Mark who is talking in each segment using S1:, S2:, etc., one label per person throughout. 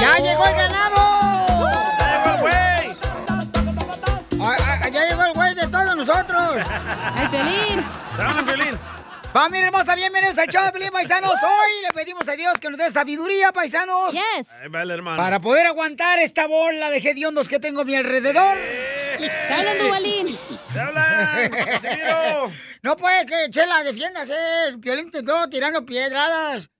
S1: ¡Ya llegó el ganado! ¡Ya llegó el güey! ¡Ya llegó el güey de todos nosotros! ¡El Pelín! ¡Dame Pelín! ¡Familia hermosa, bienvenidos al show de Pelín, paisanos! Hoy le pedimos a Dios que nos dé sabiduría, paisanos. Yes.
S2: Ahí va el hermano.
S1: Para poder aguantar esta bola de hediondos que tengo a mi alrededor. ¡Te
S2: hablan,
S1: Dubalín! ¡Te
S2: hablan, Casimiro!
S1: No puede que, Chela, defiéndase. Piolín te entró tirando piedradas.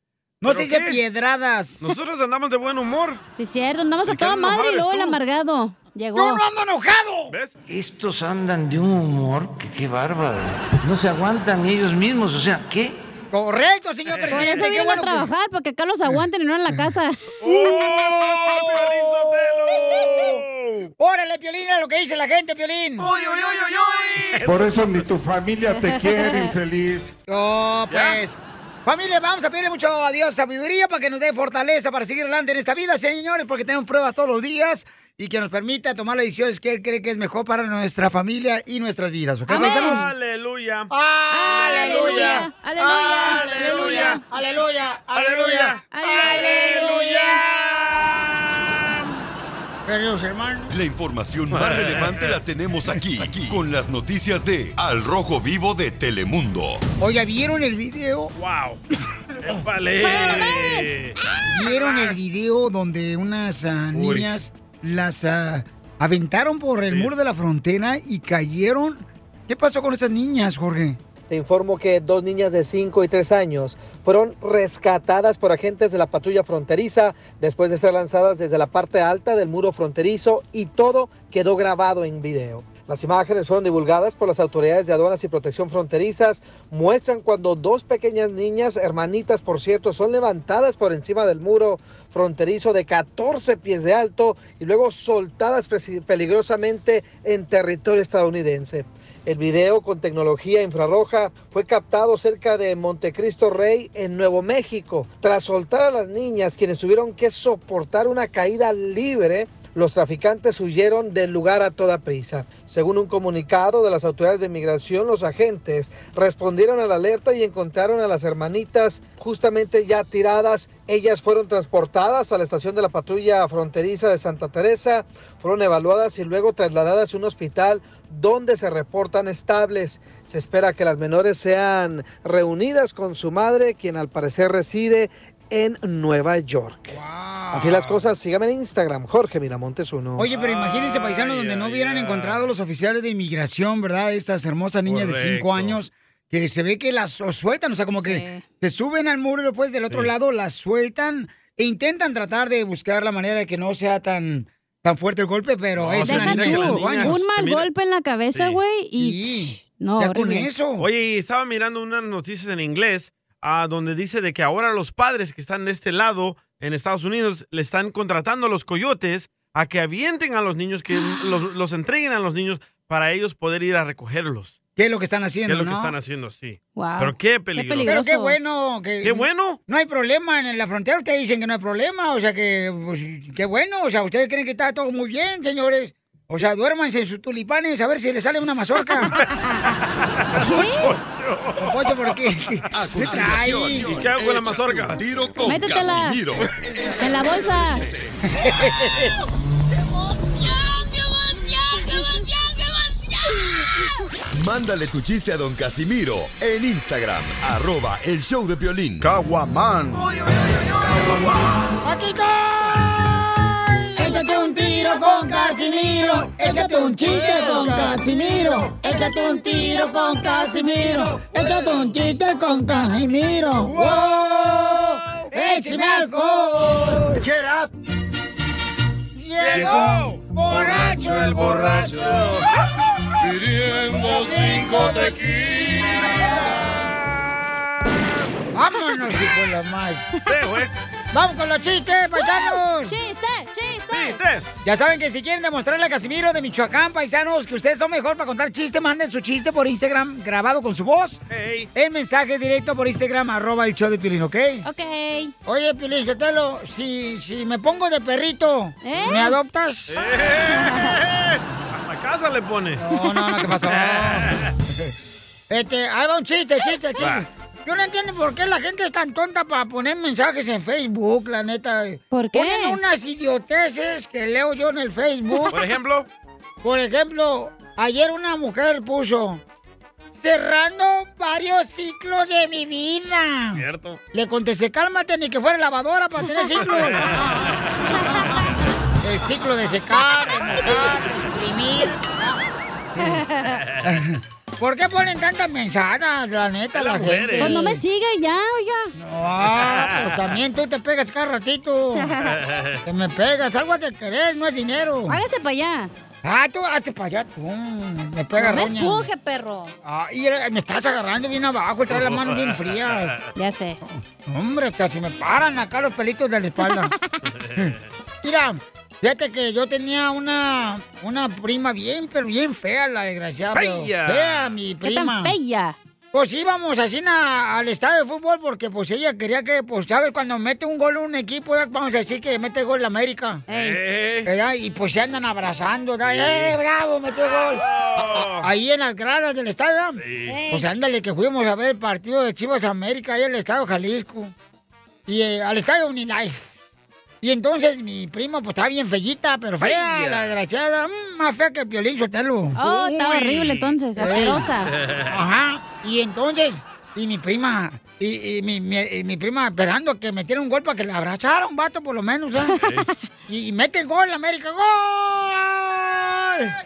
S1: No
S3: ¿Pero
S1: se dice
S3: qué?
S1: piedradas.
S3: Nosotros andamos de buen humor.
S4: Sí, es cierto, andamos a
S3: El que
S4: toda
S3: anda enojado
S4: Ah, madre y
S3: eres
S4: luego el
S3: tú.
S4: amargado. Llegó.
S1: ¡Yo no ando enojado!
S5: Estos andan de un humor que qué bárbaro. No se aguantan ni ellos mismos, o sea, ¿qué?
S1: Correcto, señor
S4: Por eso vienen a trabajar, porque acá los aguanten y no en la casa.
S1: ¡Oh, Órale, Piolín, a lo que dice la gente, Piolín. ¡Uy, uy, uy, uy,
S6: Por eso ni tu familia te quiere, infeliz.
S1: Oh, pues. Familia, vamos a pedirle mucho a Dios sabiduría para que nos dé fortaleza para seguir adelante en esta vida, señores, porque tenemos pruebas todos los días y que nos permita tomar las decisiones que Él cree que es mejor para nuestra familia y nuestras vidas. ¿Ok, paisanos?
S3: Aleluya.
S1: Aleluya.
S2: Aleluya.
S1: Aleluya. Aleluya. Aleluya. Queridos hermanos.
S7: La información más relevante la tenemos aquí, aquí, con las noticias de Al Rojo Vivo de Telemundo.
S1: Oiga, ¿vieron el video?
S3: ¡Wow!
S1: ¡Épale! ¿Vieron el video donde unas ah,
S3: Uy.
S1: niñas las ah, aventaron por el muro de la frontera y cayeron? ¿Qué pasó con esas niñas, Jorge?
S8: Te informo que dos niñas de 5 y 3 años fueron rescatadas por agentes de la patrulla fronteriza después de ser lanzadas desde la parte alta del muro fronterizo y todo quedó grabado en video. Las imágenes fueron divulgadas por las autoridades de aduanas y protección fronterizas. Muestran cuando dos pequeñas niñas, hermanitas por cierto, son levantadas por encima del muro fronterizo de 14 pies de alto y luego soltadas presi- peligrosamente en territorio estadounidense. El video con tecnología infrarroja fue captado cerca de Montecristo Rey en Nuevo México. Tras soltar a las niñas, quienes tuvieron que soportar una caída libre, los traficantes huyeron del lugar a toda prisa. Según un comunicado de las autoridades de migración, los agentes respondieron a la alerta y encontraron a las hermanitas justamente ya tiradas. Ellas fueron transportadas a la estación de la patrulla fronteriza de Santa Teresa, fueron evaluadas y luego trasladadas a un hospital donde se reportan estables. Se espera que las menores sean reunidas con su madre, quien al parecer reside en Nueva York. Así las cosas, síganme en Instagram, Jorge Miramontes uno.
S1: Oye, pero imagínense, paisanos, donde no hubieran encontrado los oficiales de inmigración, ¿verdad? Estas hermosas niñas de 5
S8: Correcto.
S1: años que se ve que las o- sueltan, o sea, como que te suben al muro y después del otro
S8: Sí.
S1: lado las sueltan e intentan tratar de buscar la manera de que no sea tan, tan fuerte el golpe, pero es una
S4: Deja
S1: niña de
S4: tú,
S1: 5 años.
S4: un mal golpe en la cabeza,
S1: Sí.
S4: güey, y... No, horrible.
S3: Oye, y estaba mirando unas noticias en inglés ah, donde dice de que ahora los padres que están de este lado en Estados Unidos le están contratando a los coyotes a que avienten a los niños, que los, los entreguen a los niños para ellos poder ir a recogerlos.
S1: ¿Qué es lo que están haciendo,
S3: ¿Qué es lo que
S1: no?
S3: están haciendo? Sí.
S1: Wow.
S3: Pero qué peligro.
S1: Pero qué bueno. Que
S3: Qué bueno.
S1: No hay problema en la frontera. Ustedes dicen que no hay problema. O sea, que pues, qué bueno. O sea, ustedes creen que está todo muy bien, señores. O sea, duérmanse en sus tulipanes a ver si les sale una mazorca. ¿Qué? Oye, ¿por qué? ¿Qué trae?
S3: ¿Y qué hago con la mazorca?
S7: Tiro
S1: con Métetela. Casimiro.
S4: En la bolsa.
S7: Mándale tu chiste a don Casimiro en Instagram, arroba el show de Piolín. Caguaman.
S1: ¡Aquí está! Échate un chiste con Casimiro. Échate un tiro con Casimiro. Échate un chiste con Casimiro. ¡Wow! ¡Échame alcohol!
S9: Llegó borracho el borracho, pidiendo cinco
S1: ¡Vámonos, hijo de la madre! ¡Vamos con los chistes, paisanos!
S4: ¡Chiste, chiste!
S1: Ya saben que si quieren demostrarle a Casimiro de Michoacán, paisanos, que ustedes son mejor para contar chistes, manden su chiste por Instagram grabado con su voz. El mensaje directo por Instagram, arroba el show de Pilín, ¿ok?
S4: Ok.
S1: Oye, Pilín, Sotelo, si, si me pongo de perrito, ¿me adoptas?
S3: Hasta casa le pone.
S1: No, no, no, ¿qué pasó? Este, ahí va un chiste, chiste, chiste.
S3: Va.
S1: Yo no entiendo por qué la gente es tan tonta para poner mensajes en Facebook, la neta. ¿Por
S4: qué?
S1: Ponen unas idioteces que leo yo en el Facebook.
S3: Por ejemplo.
S1: Por ejemplo, ayer una mujer puso, cerrando varios ciclos de mi vida.
S3: Cierto.
S1: Le contesté, cálmate, ni que fuera lavadora para tener ciclos. el ciclo de secar, de mojar, de imprimir. ¿Por qué ponen tantas mensadas, la neta, la, gente?
S4: Pues no me sigue ya, oiga.
S1: Ah, pues también tú te pegas cada ratito. Te me pegas, algo has de querer, no es dinero. Hágase para allá. Ah, tú hazte para allá, tú. Me pegas,
S4: no me
S1: roña.
S4: empuje, perro.
S1: Ah, y era- me estás agarrando bien abajo, trae la mano bien fría.
S4: Ya sé.
S1: Hombre, hasta se me paran acá los pelitos de la espalda. Mira, fíjate que yo tenía una, una prima bien, pero bien fea, la desgraciada. pero
S4: Fea.
S1: Fea, mi
S4: ¿Qué tan
S1: prima. fea? Pues íbamos así na- al estadio de fútbol porque pues ella quería que, pues, ¿sabes? Cuando mete un gol un equipo, ya vamos a decir que mete gol la América. ¿Verdad? Y pues se andan abrazando, ¿verdad? ¡Eh, bravo, metió gol!
S4: Oh.
S1: A- a- Ahí en las gradas del estadio, ¿verdad? Pues ándale, que fuimos a ver el partido de Chivas América ahí en el estadio Jalisco. Y eh, al estadio Unilife. Y entonces mi prima, pues estaba bien fellita, pero fea,
S4: Fea.
S1: la desgraciada, mm, más fea que el violín sotelo.
S4: Oh, estaba Uy. horrible entonces, asquerosa.
S1: Ajá. Y entonces, y mi prima, y, y mi, mi- y mi prima esperando que metiera un gol para que la abrazara un vato por lo menos, ¿ah? Y, y mete el gol, América,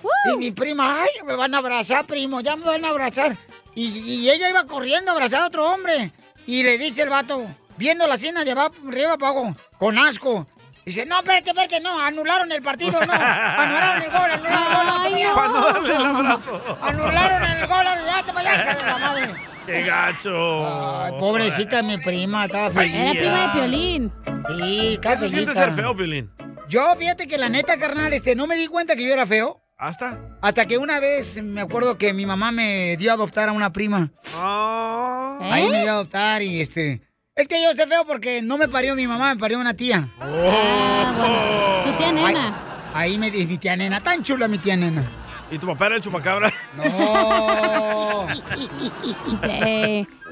S1: ¡gol! Y mi prima, ay, me van a abrazar, primo, ya me van a abrazar. Y, y ella iba corriendo a abrazar a otro hombre. Y le dice el vato, viendo la cena de abajo, arriba, pago, con asco. Dice, no, espérate, espérate, no, anularon el partido, no, anularon el gol, anularon el gol. no,
S9: Ay,
S1: no.
S9: no. Para no darle el abrazo.
S1: Anularon el gol, anulaste para allá, hija de la madre.
S3: ¡Qué gacho!
S1: Ay, pobrecita mi prima, estaba feliz.
S3: Era prima de
S1: Piolín. Sí, estaba
S3: ¿Qué se siente
S1: fellita.
S3: ser feo, Piolín?
S1: Yo, fíjate que la neta, carnal, este, no me di cuenta que yo era feo.
S3: ¿Hasta?
S1: Hasta que una vez me acuerdo que mi mamá me dio a adoptar a una prima.
S3: ¿Eh?
S1: Ahí me dio a adoptar y este. Es que yo soy feo porque no me parió mi mamá, me parió una tía.
S3: Oh.
S4: Tu tía nena.
S1: Ahí, ahí me di mi tía nena, tan chula mi tía nena.
S3: ¿Y tu papá era el chupacabra?
S1: No.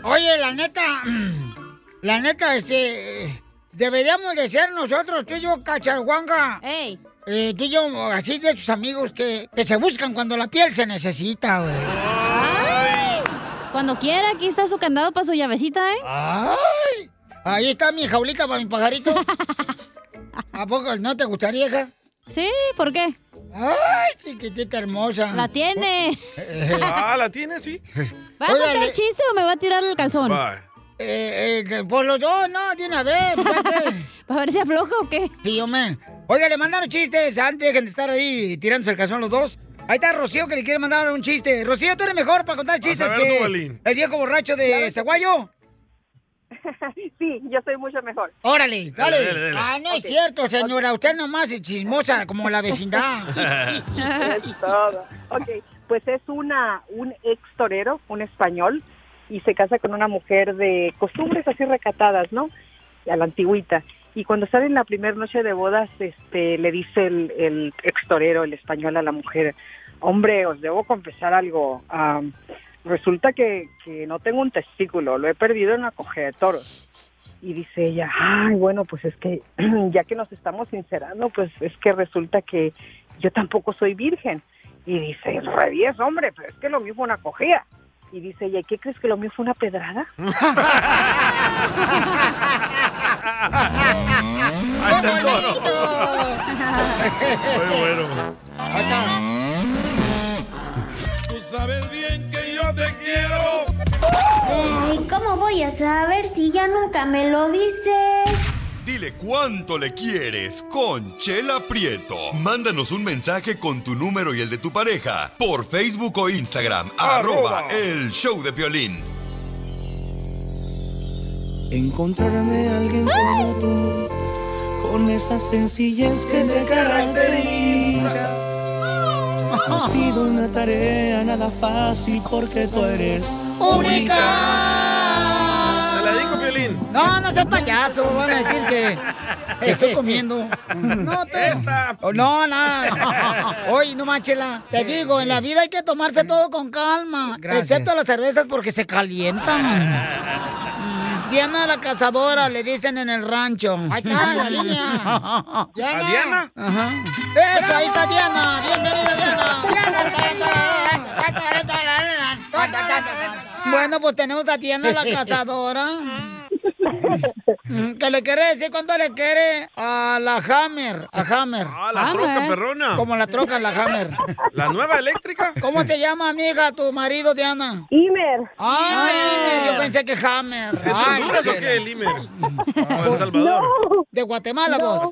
S1: Oye, la neta, la neta, este, deberíamos de ser nosotros, tú y yo, cacharguanga. Eh, tú y yo, así de tus amigos que, que se buscan cuando la piel se necesita, güey.
S4: Cuando quiera, aquí está su candado para su llavecita, ¿eh?
S1: ¡Ay! Ahí está mi jaulita para mi pajarito. ¿A poco no te gustaría, hija? Sí, ¿por qué? ¡Ay, chiquitita hermosa!
S4: La tiene.
S3: ah, la tiene, sí.
S4: ¿Va a contar el chiste o me va a tirar el calzón?
S3: Va.
S1: Eh, eh, que por los dos, no, de una vez. ¿Para ver si afloja o qué? Sí, hombre. Oiga, le mandaron chistes antes dejen de estar ahí tirándose el calzón los dos. Ahí está Rocío que le quiere mandar un chiste. Rocío, tú eres mejor para contar chistes
S3: ver tú,
S1: que
S3: Belín.
S1: el viejo borracho de Zaguayo.
S10: Sí, yo soy mucho mejor.
S1: Órale, dale.
S10: Dale, dale, dale.
S1: Ah, no es
S10: Ok.
S1: cierto, señora. Usted nomás es chismosa como la vecindad.
S10: Es todo. Ok, pues es una, un ex torero, un español, y se casa con una mujer de costumbres así recatadas, ¿no? A la antigüita. Y cuando sale en la primera noche de bodas, este, le dice el, el ex torero, el español, a la mujer, hombre, os debo confesar algo. Ah, resulta que, que no tengo un testículo, lo he perdido en una coge de toros. Y dice ella, ay, bueno, pues es que ya que nos estamos sincerando, pues es que resulta que yo tampoco soy virgen. Y dice, re diez, hombre, pero es que lo mío fue una cogida. Y dice ella, ¿y qué crees que lo mío fue una pedrada?
S9: Ahí está el toro. Muy bueno.
S11: a ver si ya nunca me lo dices.
S7: Dile cuánto le quieres con Chela Prieto. Mándanos un mensaje con tu número y el de tu pareja por Facebook o Instagram. Arroba el show de violín.
S12: Encontrarme a alguien como tú, con esa sencillez que te caracteriza. No ha sido una tarea nada fácil porque tú eres
S1: única.
S3: Te la digo, Violín.
S1: No, no seas payaso, van a decir que estoy comiendo. No, tú. Oh, No, nada. Oye, no manchela. Te digo, en la vida hay que tomarse todo con calma.
S2: Gracias.
S1: Excepto las cervezas porque se calientan. Diana la cazadora, le dicen en el rancho. Ahí está la línea.
S2: ¿A Diana?
S1: Ajá. Eso, Pues ahí está Diana. Bienvenida, Diana. Bueno, pues tenemos a Diana la cazadora. Mm, Que le quiere decir cuánto le quiere a la Hammer. A Hammer.
S3: Ah, la troca Hammer. perrona.
S1: Como la troca, la Hammer.
S3: ¿La nueva eléctrica?
S1: ¿Cómo se llama, amiga, tu marido, Diana? Imer. Ah, Imer. Yo pensé que Hammer.
S3: ¿Qué
S1: Ay,
S3: Honduras o qué, el Imer? ¿O El Salvador?
S1: De Guatemala, vos.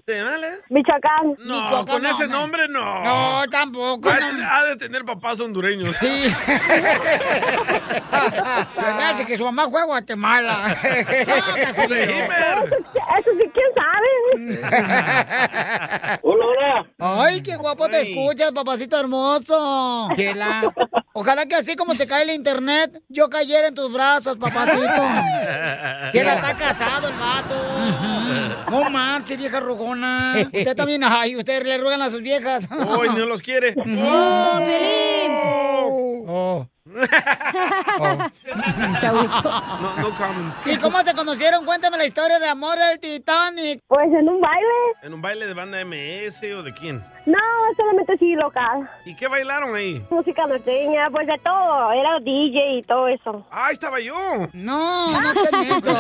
S13: Michoacán.
S3: No, con ese nombre no.
S1: No, tampoco.
S3: Ha,
S1: no.
S3: ha de tener papás hondureños.
S1: Sí. Se me hace que su mamá fue a Guatemala. No, Casimiro.
S13: Eso sí, ¿quién
S1: sabe? Hola, hola. Ay, qué guapo te escuchas, papacito hermoso. Chela. Ojalá que así como se cae el internet, yo cayera en tus brazos, papacito. Chela está casado el vato. No marche, vieja rogona. Usted también, ay, usted le ruegan a sus viejas.
S3: Hoy no los quiere.
S1: ¡Oh, Pelín! Oh.
S3: No, no comment.
S1: ¿Y cómo se conocieron? Cuéntame la historia de amor del Titanic.
S13: Pues en un baile.
S3: ¿En un baile de banda MS o de quién?
S13: No, solamente sí, local.
S3: ¿Y qué bailaron ahí?
S13: Música norteña, pues de todo. Era DJ y todo eso.
S3: ¡Ah, estaba yo!
S1: No, no te miento.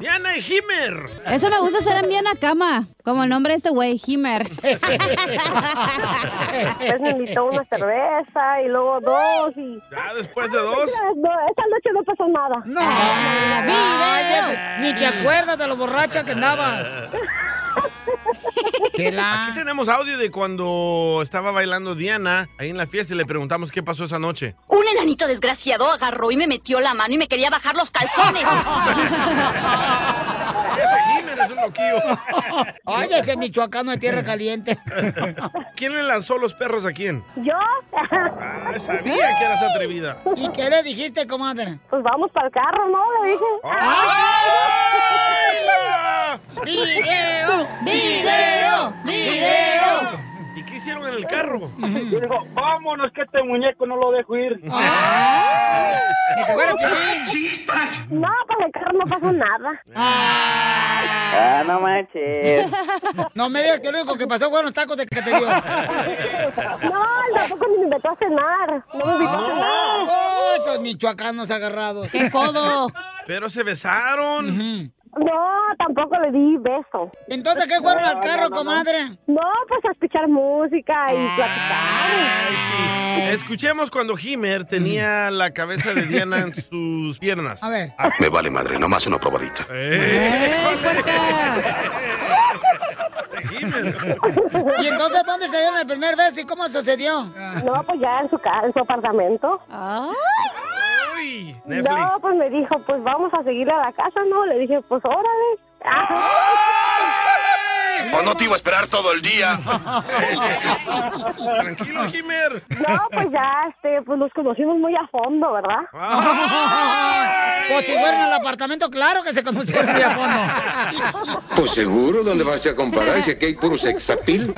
S3: Diana y Himer.
S4: Eso me gusta ser bien a cama, como el nombre de este güey, Himer.
S13: Pues me invitó una cerveza y luego dos y...
S3: Ya después de dos. Ah,
S13: No, esa noche no pasó nada.
S1: No. Ay, ya sé, Ni te acuerdas de lo borracha que andabas.
S3: Aquí tenemos audio de cuando estaba bailando Diana ahí en la fiesta y le preguntamos qué pasó esa noche.
S14: Un enanito desgraciado agarró y me metió la mano y me quería bajar los calzones.
S3: Ese Himer es un loquillo.
S1: Ay, ese michoacano de tierra caliente.
S3: ¿Quién le lanzó los perros a quién?
S13: ¿Yo?
S3: Ah, sabía que eras atrevida.
S1: ¿Y qué le dijiste, comadre?
S13: Pues vamos para el carro, ¿no? Le dije.
S3: Ah.
S1: ¡Video!
S2: ¡Video! ¡Video!
S3: ¿Y qué hicieron en el carro?
S15: Yo digo, vámonos que este muñeco no lo dejo ir.
S13: No, para el carro no pasó nada.
S15: Ah, no manches.
S1: No me digas que lo único que pasó fueron los tacos de que te dio.
S13: No, tampoco me invitó a cenar. No me invitó a cenar.
S1: Oh, esos michoacanos agarrados.
S4: ¡Qué codo!
S3: Pero se besaron.
S13: No, tampoco le di beso.
S1: ¿Entonces qué fueron al carro, comadre?
S13: No, pues a escuchar música y platicar.
S3: Escuchemos cuando Himer tenía la cabeza de Diana en sus piernas.
S1: A ver.
S16: Me vale madre, nomás una probadita. Eh.
S4: Eh, pues
S1: ¿Y entonces dónde se dieron el primer beso y cómo sucedió?
S13: No, pues ya en su, ca- en su apartamento. No, pues me dijo, pues vamos a seguir a la casa, ¿no? Le dije, pues órale.
S3: Ah,
S16: O Pues no te iba a esperar todo el día.
S3: Tranquilo, Jimer.
S13: No, pues ya, este, pues nos conocimos muy a fondo, ¿verdad?
S1: Pues si fueron al apartamento, claro que se conocieron muy a fondo.
S5: Pues seguro, ¿dónde vas a comparar? Si aquí hay puro sexapil.
S13: No,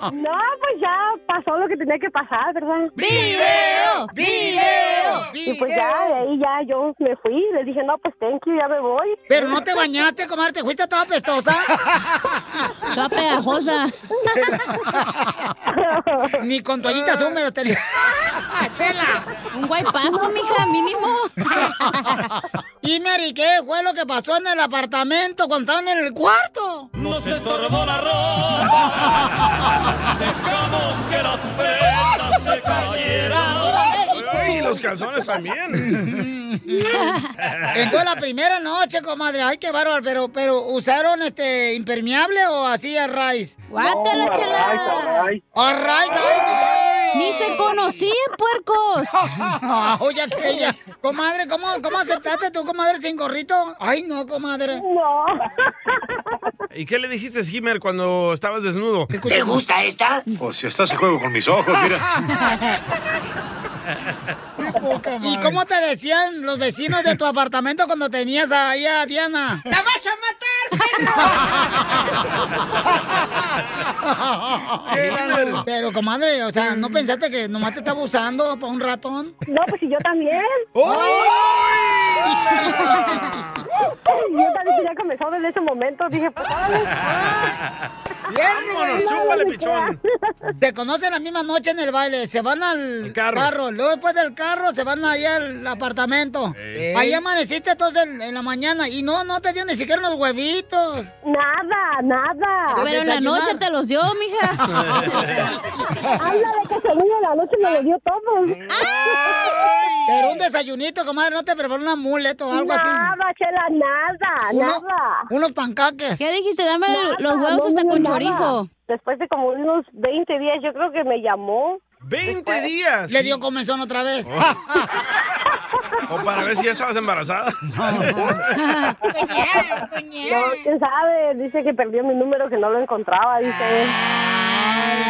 S13: pues ya pasó lo que tenía que pasar, ¿verdad?
S2: ¡Video! ¡Video!
S13: Y pues ya, de ahí ya yo me fui, le dije, no, pues thank you, ya me voy.
S1: Pero no te bañaste, comadre, te fuiste toda pestosa. Toda pegajosa. Ni con toallitas húmedas tenía.
S4: Un guaypazo, mija, mínimo.
S1: Y Mary, ¿qué fue lo que pasó en el apartamento cuando estaban en el cuarto?
S2: Nos estorbó la ropa. Dejamos que las prendas se cayeran.
S3: Y los calzones también.
S1: Entonces la primera noche, comadre, ay, qué bárbaro, pero, pero ¿usaron este impermeable o así a raíz?
S4: Guácala, chela.
S1: A raíz, ay,
S4: Ni se conocían, puercos.
S1: Oye, aquella. Comadre, ¿cómo, ¿cómo aceptaste tú, comadre, sin gorrito? Ay, no, comadre.
S10: No.
S3: ¿Y qué le dijiste, Zimmer, cuando estabas desnudo?
S1: ¿Te gusta esta?
S13: O Oh, si estás en juego con mis ojos,
S3: Pues
S13: mira.
S1: ¿Y cómo te decían los vecinos de tu apartamento cuando tenías ahí a Diana? ¡La vas a matar, Pero, comadre, o sea, ¿no pensaste que nomás te estaba usando para un ratón?
S10: No, pues y yo también. Yo también tenía comenzado desde ese momento. Dije, pues,
S1: ¡Vámonos,
S10: chúpale,
S1: pichón! Te conocen la misma noche en el baile, se van al carro. luego después del carro se van allá al apartamento.
S10: Ey.
S1: Ahí amaneciste entonces en, en la mañana y no, no te dio ni siquiera unos huevitos. Nada, nada.
S4: Pero en la noche te los dio, mija.
S10: habla de que según la noche me lo dio todo.
S1: Pero un desayunito, comadre, no te preparó una muleta o algo así.
S10: Nada, chela, nada, nada.
S1: Unos pancaques.
S4: ¿Qué dijiste? Dame
S10: Nada,
S4: los huevos
S10: no
S4: hasta
S10: me
S4: con
S10: dio
S4: chorizo.
S10: nada. Después de como unos 20 días, yo creo que me llamó.
S3: ¡20 días!
S1: Le dio comezón otra vez.
S3: O para ver si ya estabas embarazada.
S10: No, quién sabe, dice que perdió mi número, que no lo encontraba, dice.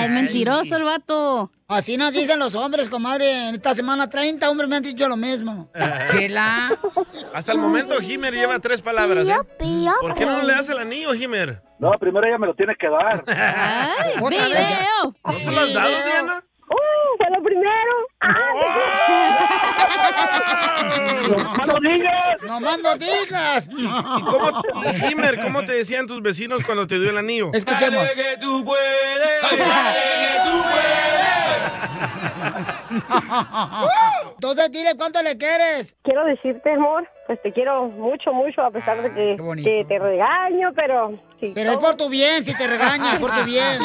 S1: Ay, mentiroso el vato. Así nos dicen los hombres, comadre. Esta semana 30 hombres me han dicho lo mismo. Chela.
S3: Hasta el momento, Himer lleva tres palabras. ¿eh? ¿Por qué no le das el anillo, Himer?
S6: No, primero ella me lo tiene que dar.
S4: ¡Video!
S3: ¿No se lo has dado, Diana?
S10: ¡Uh! ¡Fue lo primero! Ah,
S3: ¡Nomás no digas!
S1: ¡Nomás no digas!
S3: ¿Y cómo, y, Himer, cómo te decían tus vecinos cuando te dio el anillo?
S1: Escuchemos.
S9: que tú puedes. que tú
S1: Entonces dile cuánto le quieres.
S10: Quiero decirte, amor, pues te quiero mucho, mucho, a pesar de
S1: Ah,
S10: que, que te regaño, pero... sí,
S1: Pero es
S10: todo-
S1: por tu bien, si te regañas, por tu bien.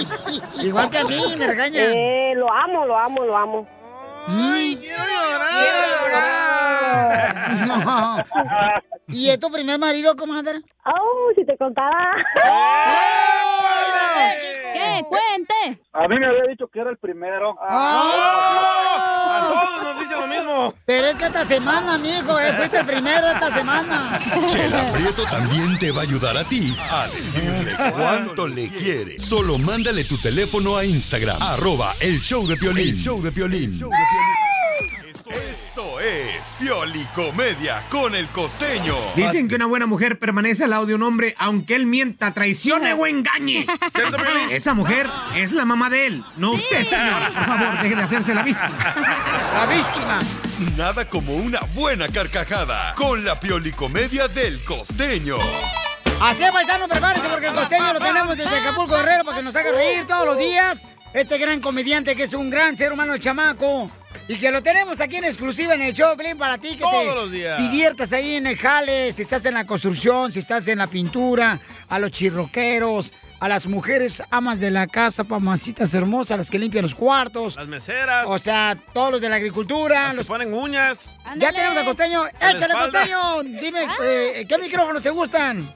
S1: Igual que a mí, me regañan.
S10: Eh, lo amo, lo amo, lo amo.
S1: ¡Ay,
S3: quiero llorar!
S1: No. ¿Y es tu primer marido, comadre?
S10: ¡Oh, si te contara!
S4: ¡Que cuente!
S6: A mí me había dicho que era el primero.
S17: ¡Ah!
S3: ¡Ah! A todos nos dicen lo mismo.
S1: Pero es que esta semana, mijo, eh, fuiste el primero de esta semana.
S7: Chela Prieto también te va a ayudar a ti a decirle cuánto le quieres. Solo mándale tu teléfono a Instagram, arroba el show de Piolín. show de Piolín. Esto es Piolicomedia con el costeño.
S18: Dicen que una buena mujer permanece al lado de un hombre aunque él mienta, traicione o engañe. Esa mujer es la mamá de él, no usted, señora. Por favor, deje de hacerse la víctima.
S1: La víctima.
S7: Nada como una buena carcajada con la Piolicomedia del costeño.
S1: Así es, paisano, prepárense porque el costeño lo tenemos desde Acapulco Guerrero para que nos haga reír todos los días. Este gran comediante que es un gran ser humano, el chamaco. Y que lo tenemos aquí en exclusiva en el show, Pelín, para ti que te
S3: Todos los días.
S1: diviertas ahí en el jale, si estás en la construcción, si estás en la pintura, a los chirroqueros, a las mujeres amas de la casa, pamacitas hermosas, las que limpian los cuartos.
S3: Las meseras.
S1: O sea, todos los de la agricultura. los
S3: que ponen uñas.
S1: Ya tenemos a Costeño.
S3: En la
S1: Échale,
S3: espalda. Ah.
S1: Costeño. Dime, eh, ¿qué micrófonos te gustan?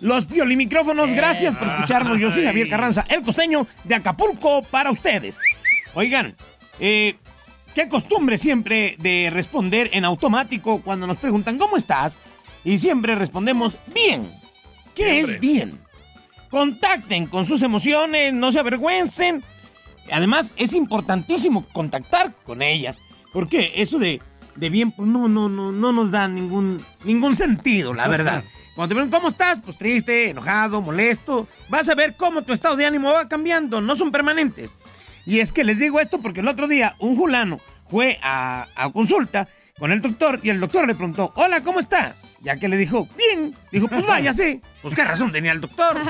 S18: Los violimicrófonos, gracias por escucharnos. Yo soy Javier Carranza, el costeño de Acapulco para ustedes. Oigan, eh, qué costumbre siempre de responder en automático cuando nos preguntan ¿cómo estás? Y siempre respondemos bien. ¿Qué es bien? Contacten con sus emociones, no se avergüencen. Además, es importantísimo contactar con ellas. Porque eso de, de bien, pues no, no, no, no nos da ningún, ningún sentido, la verdad. Cuando te preguntan, ¿cómo estás? Pues triste, enojado, molesto. Vas a ver cómo tu estado de ánimo va cambiando, no son permanentes. Y es que les digo esto porque el otro día un fulano fue a, a consulta con el doctor y el doctor le preguntó, hola, ¿cómo está? Ya que le dijo, bien. Dijo, pues váyase. Pues qué razón tenía el doctor.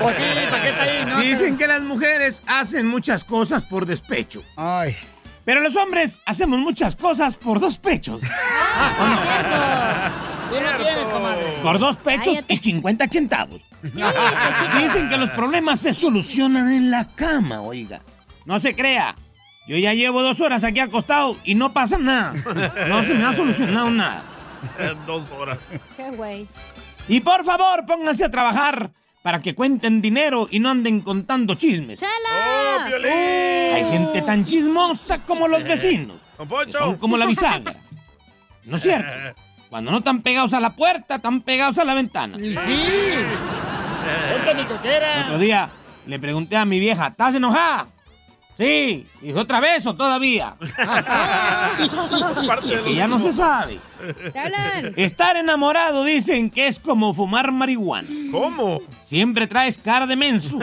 S1: Pues sí, ¿para qué está ahí, no?
S18: Dicen que las mujeres hacen muchas cosas por despecho.
S1: Ay.
S18: Pero los hombres hacemos muchas cosas por dos pechos.
S1: Ah, Tú no tienes, comadre.
S18: Por dos pechos y 50 centavos. Dicen que los problemas se solucionan en la cama, oiga. No se crea. Yo ya llevo dos horas aquí acostado y no pasa nada. No se me ha solucionado nada.
S3: Dos horas.
S4: Qué güey.
S18: Y por favor, pónganse a trabajar para que cuenten dinero y no anden contando chismes.
S1: ¡Oh,
S4: ¡Chela!
S18: Hay gente tan chismosa como
S1: Eh,
S18: los vecinos. que son como la bisagra. ¿No es cierto? Cuando no están pegados a la puerta, están pegados a la ventana.
S1: Y sí. Ponte mi
S18: El
S1: totera.
S18: otro día le pregunté a mi vieja, ¿estás enojada? Sí. Dijo, ¿otra vez o todavía? Y es que ya no se sabe. Estar enamorado dicen que es como fumar marihuana. ¿Cómo? Siempre traes cara de menso.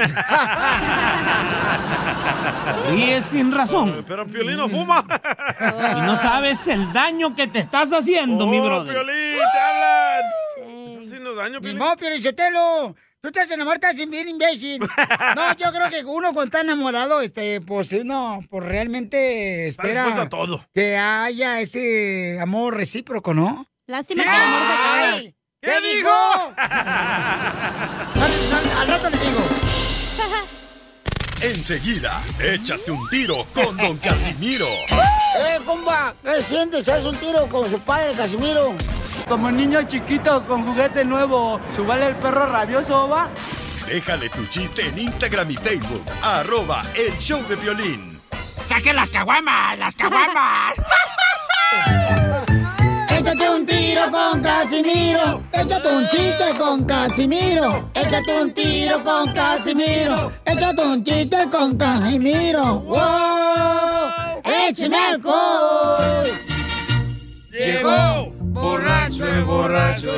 S18: Ríes sin razón.
S3: Pero Piolín no fuma.
S18: Y no sabes el daño que te estás haciendo, mi
S3: Oh,
S18: brother.
S3: Piolín, te hablan. Estás haciendo daño,
S1: Ni
S3: Piolín.
S1: modo, Piolichotelo. Tú estás enamorado, estás bien imbécil. No, yo creo que uno cuando está enamorado, este, pues no, pues realmente espera.
S3: dispuesto a todo.
S1: Que haya ese amor recíproco, ¿no?
S4: Lástima que el amor se acabe.
S1: ¡Ay! ¿Qué dijo? Al rato le digo.
S7: Enseguida, échate un tiro con Don Casimiro.
S1: Eh, compa, ¿qué sientes? ¿Haz un tiro con su padre, Casimiro?
S17: Como niño chiquito con juguete nuevo, subale el perro rabioso, va.
S7: Déjale tu chiste en Instagram y Facebook, arroba el show de violín.
S1: ¡Saque las caguamas! ¡Las caguamas! Échate un tiro con Casimiro. Échate un chiste con Casimiro. Échate un tiro con Casimiro. Échate un chiste con Casimiro. ¡Wow! ¡Échame alcohol!
S9: Llegó borracho el borracho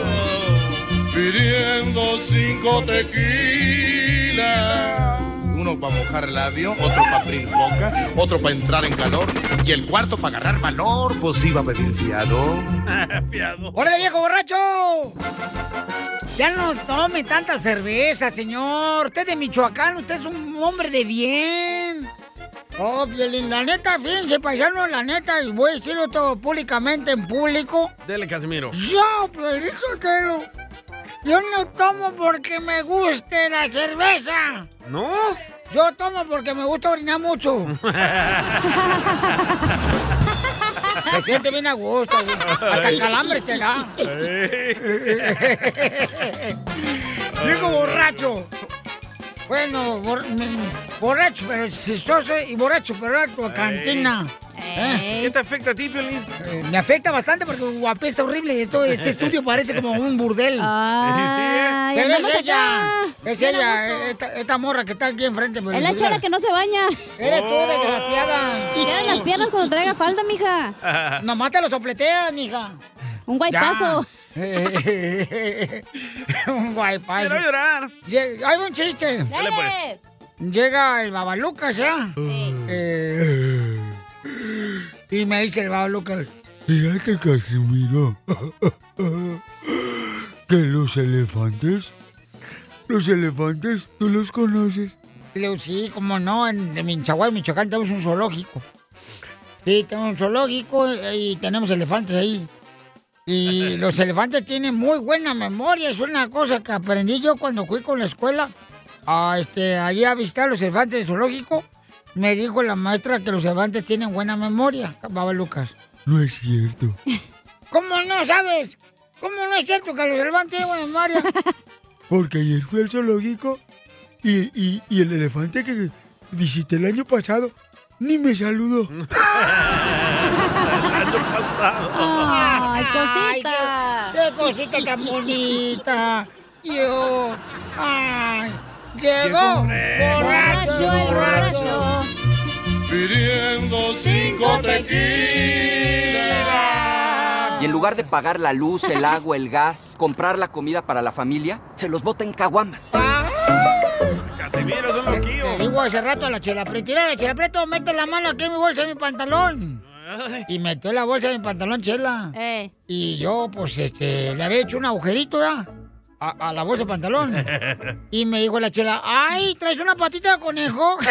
S9: pidiendo cinco tequilas. Uno para mojar labio, otro para abrir boca, otro para entrar en calor y el cuarto para agarrar valor. Pues iba a pedir fiado.
S1: ¡Órale, viejo borracho! Ya no tome tanta cerveza, señor. Usted es de Michoacán, usted es un hombre de bien. Oh, Piolín, la neta, fíjense, paisano, la neta, y voy a decirlo todo públicamente en público.
S3: Dele, Casimiro.
S1: Yo, Piolín Sotelo, yo no tomo porque me guste la cerveza.
S3: ¿No?
S1: Yo tomo porque me gusta orinar mucho. Se siente bien a gusto. güey. Hasta calambre te da. Digo borracho. Bueno, bor- mm, borracho, pero chistoso y borracho, pero acto cantina. Eh,
S3: ¿Qué te afecta a ti, Piolín?
S1: Me afecta bastante porque guapesta horrible. Esto, este estudio parece como un burdel.
S3: Ay,
S1: Pero
S4: andamos
S1: es ella.
S4: acá.
S1: Es
S4: Bien a
S1: ella, eh, esta, esta morra que está aquí enfrente.
S4: Es la chela que no se baña.
S1: Eres
S3: Oh.
S1: tú, desgraciada.
S4: Tiene las piernas cuando traiga falda, mija.
S1: Nomás te lo sopleteas, mija.
S4: Un guaypazo.
S1: un guaypazo.
S4: Quiero
S1: llorar. Hay un chiste.
S4: Dale, pues.
S1: Llega el babalucas, ¿ya? Eh, y me dice el babalucas,
S19: Fíjate, Casimiro, que los elefantes, los elefantes, tú los conoces.
S1: Le digo, sí, como no, en de Minchahuay, Michoacán, tenemos un zoológico. Sí, tenemos un zoológico eh, y tenemos elefantes ahí. Y los elefantes tienen muy buena memoria, es una cosa que aprendí yo cuando fui con la escuela a, este, allí a visitar los elefantes del zoológico. Me dijo la maestra que los elefantes tienen buena memoria, Baba Lucas.
S19: No es cierto.
S1: ¿Cómo no sabes? ¿Cómo no es cierto que los elefantes tienen buena memoria?
S19: Porque ayer fui al zoológico y, y- y el elefante que visité el año pasado ni me saludó.
S4: Ay,
S1: cosita. qué, qué cosita tan bonita. Yo. Ay. Llegó. Borracho el borracho.
S9: Pidiendo cinco tequilas.
S20: Y en lugar de pagar la luz, el agua, el gas, comprar la comida para la familia, se los bota en caguamas.
S3: Casimiro es un loquillo.
S1: Le digo hace rato a la chela Prieto, "Mira, la chela Prieto, mete la mano aquí en mi bolsa, en mi pantalón. Y metió la bolsa en mi pantalón, chela. Y yo, pues, este, le había hecho un agujerito, ¿ya? A, a la bolsa de pantalón. Y me dijo la chela, ay, traes una patita de conejo.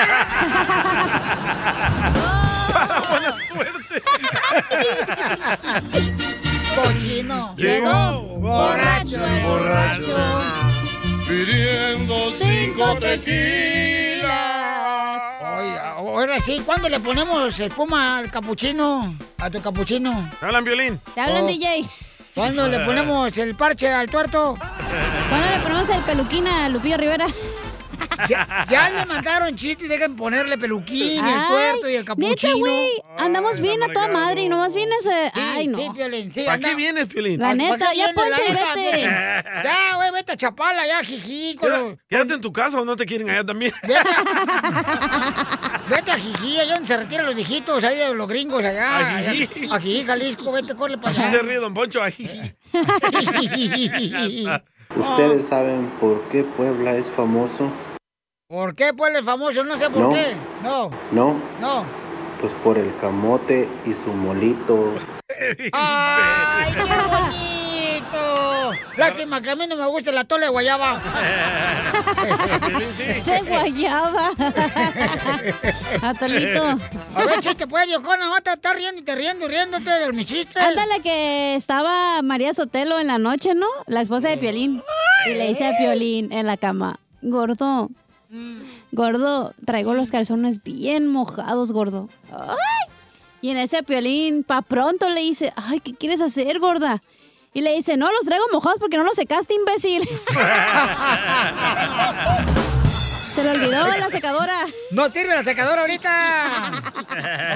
S1: buena suerte. Cochino.
S9: Llegó
S1: borracho
S9: el borracho pidiendo cinco tequilas.
S1: Hoy, ahora sí, ¿cuándo le ponemos espuma al capuchino? A tu capuchino.
S3: ¿Te hablan violín?
S4: Te hablan,
S1: Oh.
S4: DJ.
S1: ¿Cuándo le ponemos el parche al tuerto?
S4: ¿Cuándo le ponemos el peluquín a Lupillo Rivera?
S1: Ya, ya le mandaron chistes, dejen ponerle peluquín, el
S4: Ay,
S1: tuerto y el capuchino.
S4: Neta, güey, andamos bien a toda madre y nomás vienes... eh, ay, no.
S1: ¿Para anda- qué vienes,
S3: Piolín?
S4: La neta,
S1: ¿Para qué
S4: ya
S1: viene,
S4: ponche y
S1: la neta?
S4: vete.
S1: Ya, güey, vete a Chapala, ya, jiji. con los-
S3: Quédate, quédate en tu casa o no te quieren allá también.
S1: Vete a Jiji, allá donde se retiran los viejitos, ahí de los gringos, allá.
S3: A
S1: allá-
S3: Jijí.
S1: A Jiji, Jalisco, vete, corre para
S3: Así se
S1: allá.
S3: ríe Don Poncho. ají.
S21: ¿Ustedes saben por qué Puebla es famoso?
S1: ¿Por qué, pues, el famoso? No sé por
S21: No.
S1: qué. No,
S21: No,
S1: no.
S21: pues por el camote y su molito.
S1: ¡Ay, qué bonito! Lástima que a mí no me gusta la tole de guayaba.
S4: De guayaba. Atolito.
S1: A ver, chiste, pues, viejona, vas a estar riendo y te riendo y riéndote de mis chistes.
S4: Ándale que estaba María Sotelo en la noche, ¿no? La esposa de Piolín. Y le dice a Piolín en la cama, gordo, gordo, traigo los calzones bien mojados, gordo. ¡Ay! Y en ese Piolín, pa' pronto le dice, ay, ¿qué quieres hacer, gorda? Y le dice, no, los traigo mojados porque no los secaste, imbécil. Se le olvidó la secadora.
S1: No sirve la secadora ahorita.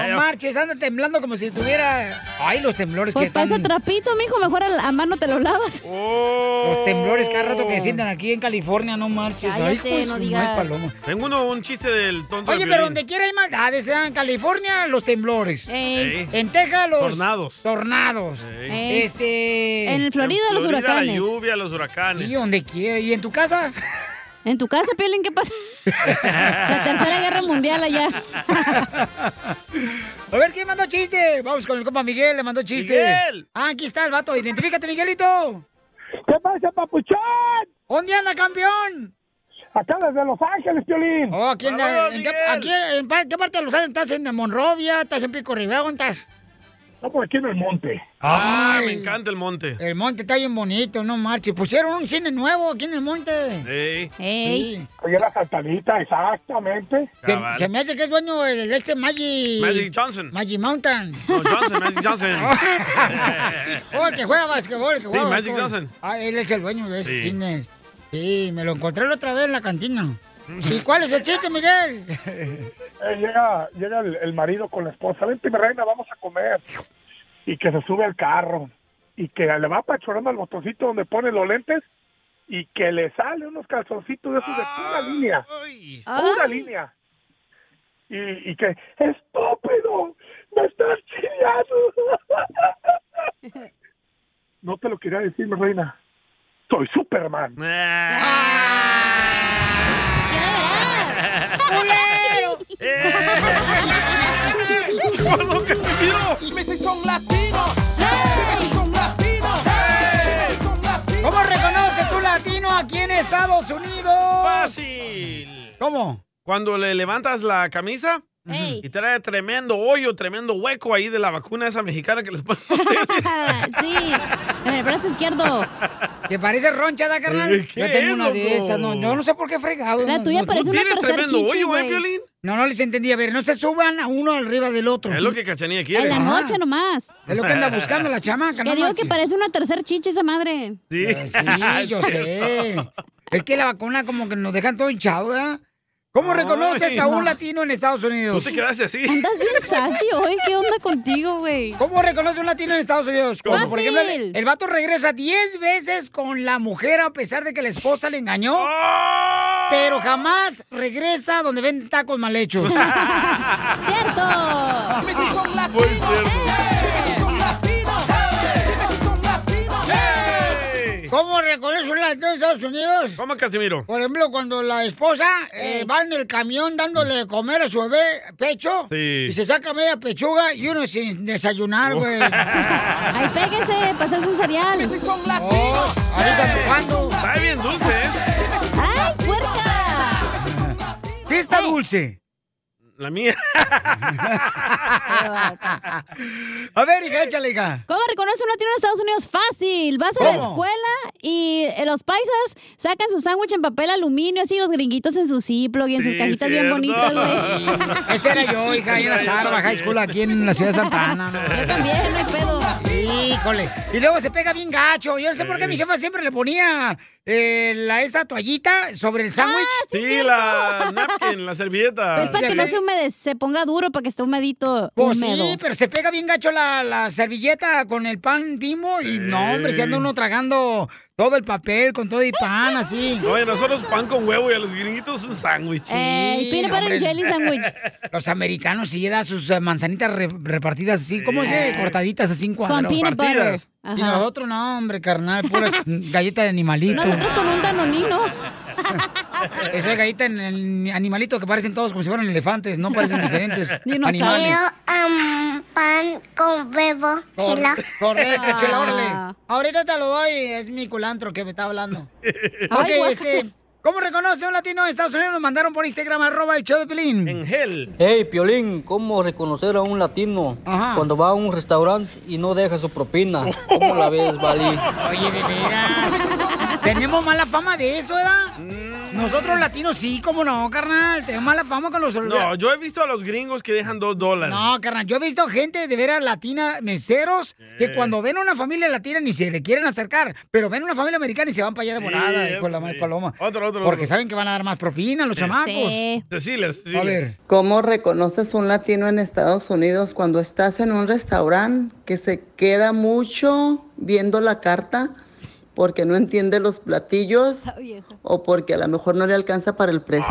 S1: No marches, anda temblando como si tuviera. Ay, los temblores
S4: Pues
S1: que están.
S4: pasa trapito, mijo, mejor a, la- a mano te lo lavas.
S1: Los temblores cada rato que sienten aquí en California, no marches. Ay,
S4: Cállate,
S1: pues,
S4: no
S1: mal
S4: digas.
S1: paloma.
S3: Tengo uno, un chiste del tonto de
S1: Oye, pero
S3: Piolín.
S1: donde quiera hay maldades, ¿eh? en California los temblores.
S3: Ey.
S1: En Texas los
S3: Tornados.
S1: Tornados.
S3: Ey.
S1: Este.
S3: En Florida, La lluvia, los huracanes.
S1: Sí, donde quiera. ¿Y en tu casa?
S4: ¿En tu casa, Piolín, qué pasa? La tercera guerra mundial allá.
S1: A ver, ¿quién mandó chiste? Vamos con el compa Miguel, le mandó chiste.
S4: Miguel.
S1: Ah, aquí está el vato. Identifícate, Miguelito. ¿Qué pasa, papuchón? ¿Dónde anda, campeón? Acá desde Los Ángeles, Piolín. Oh, aquí en,
S6: Vámonos,
S1: en qué,
S6: Miguel.
S1: aquí en pa- qué parte de Los Ángeles estás? ¿En Monrovia? ¿Estás en Pico Rivera? ¿Dónde estás? No, por aquí en el monte.
S3: Ah,
S1: Ay.
S3: me encanta el monte.
S1: El monte está bien bonito, no marches. Pusieron un cine nuevo aquí en el monte.
S3: Ey.
S1: Ey.
S6: Oye, la saltadita, exactamente.
S1: Se, se me hace que es dueño el este Magic...
S6: Magic
S3: Johnson.
S1: Magic Mountain.
S3: No, Johnson, Magic Johnson.
S1: Oh, el que juega basquetbol, el que
S3: Sí,
S1: juega
S3: Magic
S1: basquetbol.
S3: Johnson.
S1: Ah, él es el dueño de ese
S3: Sí.
S1: cine. Sí, me lo encontré la otra vez en la cantina. ¿Y cuál es el chiste, Miguel?
S6: Eh, llega llega el, el marido con la esposa, vente mi reina, vamos a comer. Y que se sube al carro y que le va apachurando al botoncito donde pone los lentes y que le sale unos calzoncitos de esos de pura línea. Pura línea. Y, y que, estúpido, me estás chillando. no te lo quería decir, mi reina. Soy Superman. Ah.
S1: ¡Culero!
S22: que Dime si son latinos. Dime si son latinos. Dime si son latinos.
S1: ¿Cómo reconoces un latino aquí en Estados Unidos?
S3: Fácil.
S1: ¿Cómo?
S3: Cuando le levantas la camisa
S4: Ey.
S3: y trae tremendo hoyo, tremendo hueco ahí de la vacuna esa mexicana que les ponen. a ustedes.
S4: sí, en el brazo izquierdo.
S1: ¿Te parece ronchada, carnal?
S3: Eh, ¿qué
S1: Yo tengo
S3: es,
S1: una de
S3: loco?
S1: esas. No, yo no sé por qué fregado.
S4: La
S1: no,
S4: tuya
S1: no,
S4: parece
S1: no
S4: una
S1: tienes
S4: tercer
S1: tremendo
S4: chichi,
S3: eh,
S1: hoyo,
S4: güey.
S1: No, no les entendí. A ver, no se suban a uno arriba del otro.
S3: es lo que Cachanilla quiere.
S4: En la
S3: Ajá.
S4: noche nomás.
S1: Es lo que anda buscando la chamaca,
S4: Que
S1: no
S4: digo
S1: marches.
S4: que parece una tercer chicha esa madre.
S3: Sí. Ah,
S1: Sí, yo sé. Es que la vacuna como que nos dejan todo hinchado, ¿verdad? ¿Cómo reconoces
S3: Ay,
S1: a un
S3: no.
S1: latino en Estados Unidos?
S3: Tú te quedaste así.
S4: Andas bien sassy hoy, ¿qué onda contigo, güey?
S1: ¿Cómo reconoce un latino en Estados Unidos? Cuando, por
S4: Fácil.
S1: ejemplo, el, el vato regresa 10 veces con la mujer a pesar de que la esposa le engañó.
S3: ¡Oh!
S1: Pero jamás regresa donde ven tacos mal hechos.
S4: ¡Cierto!
S22: Dime si son latinos. Dime si son latinos. Dime si son latinos.
S1: ¿Cómo reconoce un latino en Estados Unidos?
S3: ¿Cómo, Casimiro?
S1: Por ejemplo, cuando la esposa eh, va en el camión dándole de comer a su bebé pecho
S3: Sí. Oh.
S1: y se saca media pechuga y uno sin desayunar, güey. Ay,
S4: péguese, pasar su cereal.
S1: Dime si son latinos.
S3: Está bien dulce, ¿eh?
S4: ¡Ay, puerca!
S1: ¿Qué está dulce?
S3: La mía.
S1: A ver, hija, échale, hija.
S4: ¿Cómo reconoce un latino en Estados Unidos? Fácil. Vas a la
S1: ¿Cómo?
S4: escuela y eh, los paisas sacan su sándwich en papel aluminio, así los gringuitos en su ciplo y en sus
S1: Sí,
S4: cajitas bien
S1: cierto.
S4: bonitas, güey.
S1: Ese era yo, hija, yo era Sarva High School aquí en la ciudad de Santana. Yo
S4: también, no hay pedo.
S1: Híjole. Y luego se pega bien gacho. Yo no sé por qué mi jefa siempre le ponía eh, la, esa toallita sobre el sándwich.
S3: Sí, la napkin, la servilleta.
S4: Ah, Es Pues para que no se humede, se ponga duro para que esté humedito.
S1: Pues
S4: húmedo.
S1: sí, pero se pega bien gacho la, la servilleta con el pan bimbo y no, hombre, se anda uno tragando todo el papel con todo y pan así.
S3: Oye, nosotros pan con huevo y a los gringuitos un sándwich.
S1: Sí, hombre. Los americanos sí da sus eh, manzanitas re- repartidas así, ¿cómo se?
S3: Sí.
S1: Cortaditas así en
S3: Con
S1: cuadros.
S3: peanut butter. Partidas.
S1: Y
S3: Ajá.
S1: nosotros no, hombre, carnal, pura galleta de animalito.
S4: Nosotros con un danonino.
S1: Esa galleta en el animalito que parecen todos como si fueran elefantes, no parecen diferentes animales.
S2: eh, um, pan con huevo,
S1: Cor-
S2: chela.
S1: correcto, chela, órale. Ahorita te lo doy, es mi culantro que me está hablando. ok,
S2: guácala.
S1: este, ¿cómo reconoce un latino en Estados Unidos? Nos mandaron por Instagram, arroba el show de Pelín. En
S3: gel.
S5: Hey, Piolín, ¿cómo reconocer a un latino cuando va a un restaurante y no deja su propina? ¿Cómo la ves, Bali?
S1: Oye, de veras. Tenemos mala fama de eso, ¿verdad? Nosotros latinos sí, cómo no, carnal. Tenemos mala fama con los...
S3: No, yo he visto a los gringos que dejan dos dólares.
S1: No, carnal, yo he visto gente de veras latina, meseros, que cuando ven a una familia latina ni se le quieren acercar, pero ven a una familia americana y se van para allá de volada
S3: eso
S1: con la
S3: sí.
S1: paloma.
S3: Otro, otro,
S1: Porque
S3: otro.
S1: saben que van a dar más propina a los chamacos.
S3: Deciles, deciles.
S1: A ver.
S23: ¿Cómo reconoces un latino en Estados Unidos cuando estás en un restaurante que se queda mucho viendo la carta porque no entiende los platillos o porque a lo mejor no le alcanza para el precio?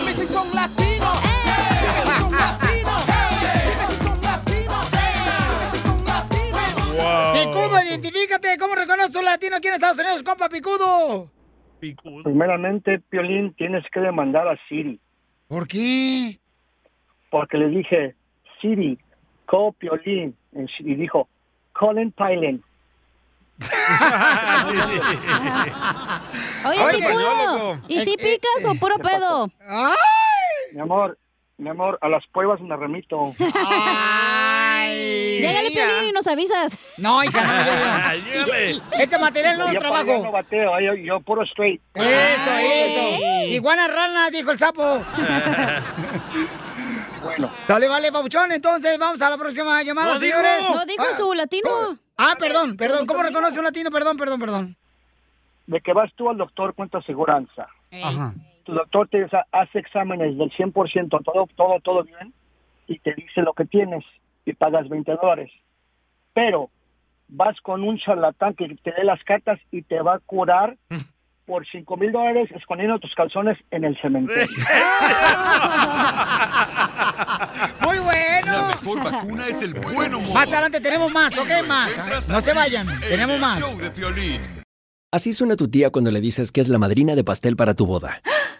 S2: Dime si son latinos. Dime si son latinos. Dime si son latinos. Dime si son latinos.
S1: Picudo, identifícate, ¿cómo reconoce un latino aquí en Estados Unidos, compa Picudo?
S24: Primeramente, Piolín, tienes que demandar a Siri.
S1: ¿Por qué?
S24: Porque le dije, Siri, call Piolín. En- Y dijo, Colin Pilen.
S4: Oye,
S24: Oye, no,
S4: picudo.
S24: loco.
S4: ¿Y si
S24: Eh, eh,
S4: picas o puro pedo?
S24: Mi amor, mi amor, a las pruebas me remito.
S1: Ay.
S4: Llegale, Piolín, y nos avisas.
S1: No, hija, no, yo no. Ese material no
S24: Yo
S1: lo
S24: para allá
S1: trabajo.
S24: no bateo, yo, yo puro straight.
S4: Ah,
S1: Eso,
S4: ¿eh?
S1: eso. Iguana rana, dijo el sapo.
S24: bueno.
S1: Dale, vale, papuchón. Entonces, vamos a la próxima llamada,
S4: No dijo.
S1: señores.
S4: No dijo su
S1: latino. Ah, perdón, perdón. ¿Cómo reconoce un latino? Perdón, perdón, perdón.
S24: De que vas tú al doctor con tu aseguranza.
S1: Ajá.
S24: Tu doctor te hace- hace exámenes del 100%, todo, todo, todo bien, y te dice lo que tienes y pagas 20 dólares. Pero vas con un charlatán que te dé las cartas y te va a curar por 5 mil dólares escondiendo tus calzones en el cementerio.
S1: Muy bueno.
S7: mejor vacuna es el buen humor.
S1: Más adelante tenemos más, ¿ok? Más. No se vayan. Tenemos más.
S25: Así suena tu tía cuando le dices que es la madrina de pastel para tu boda.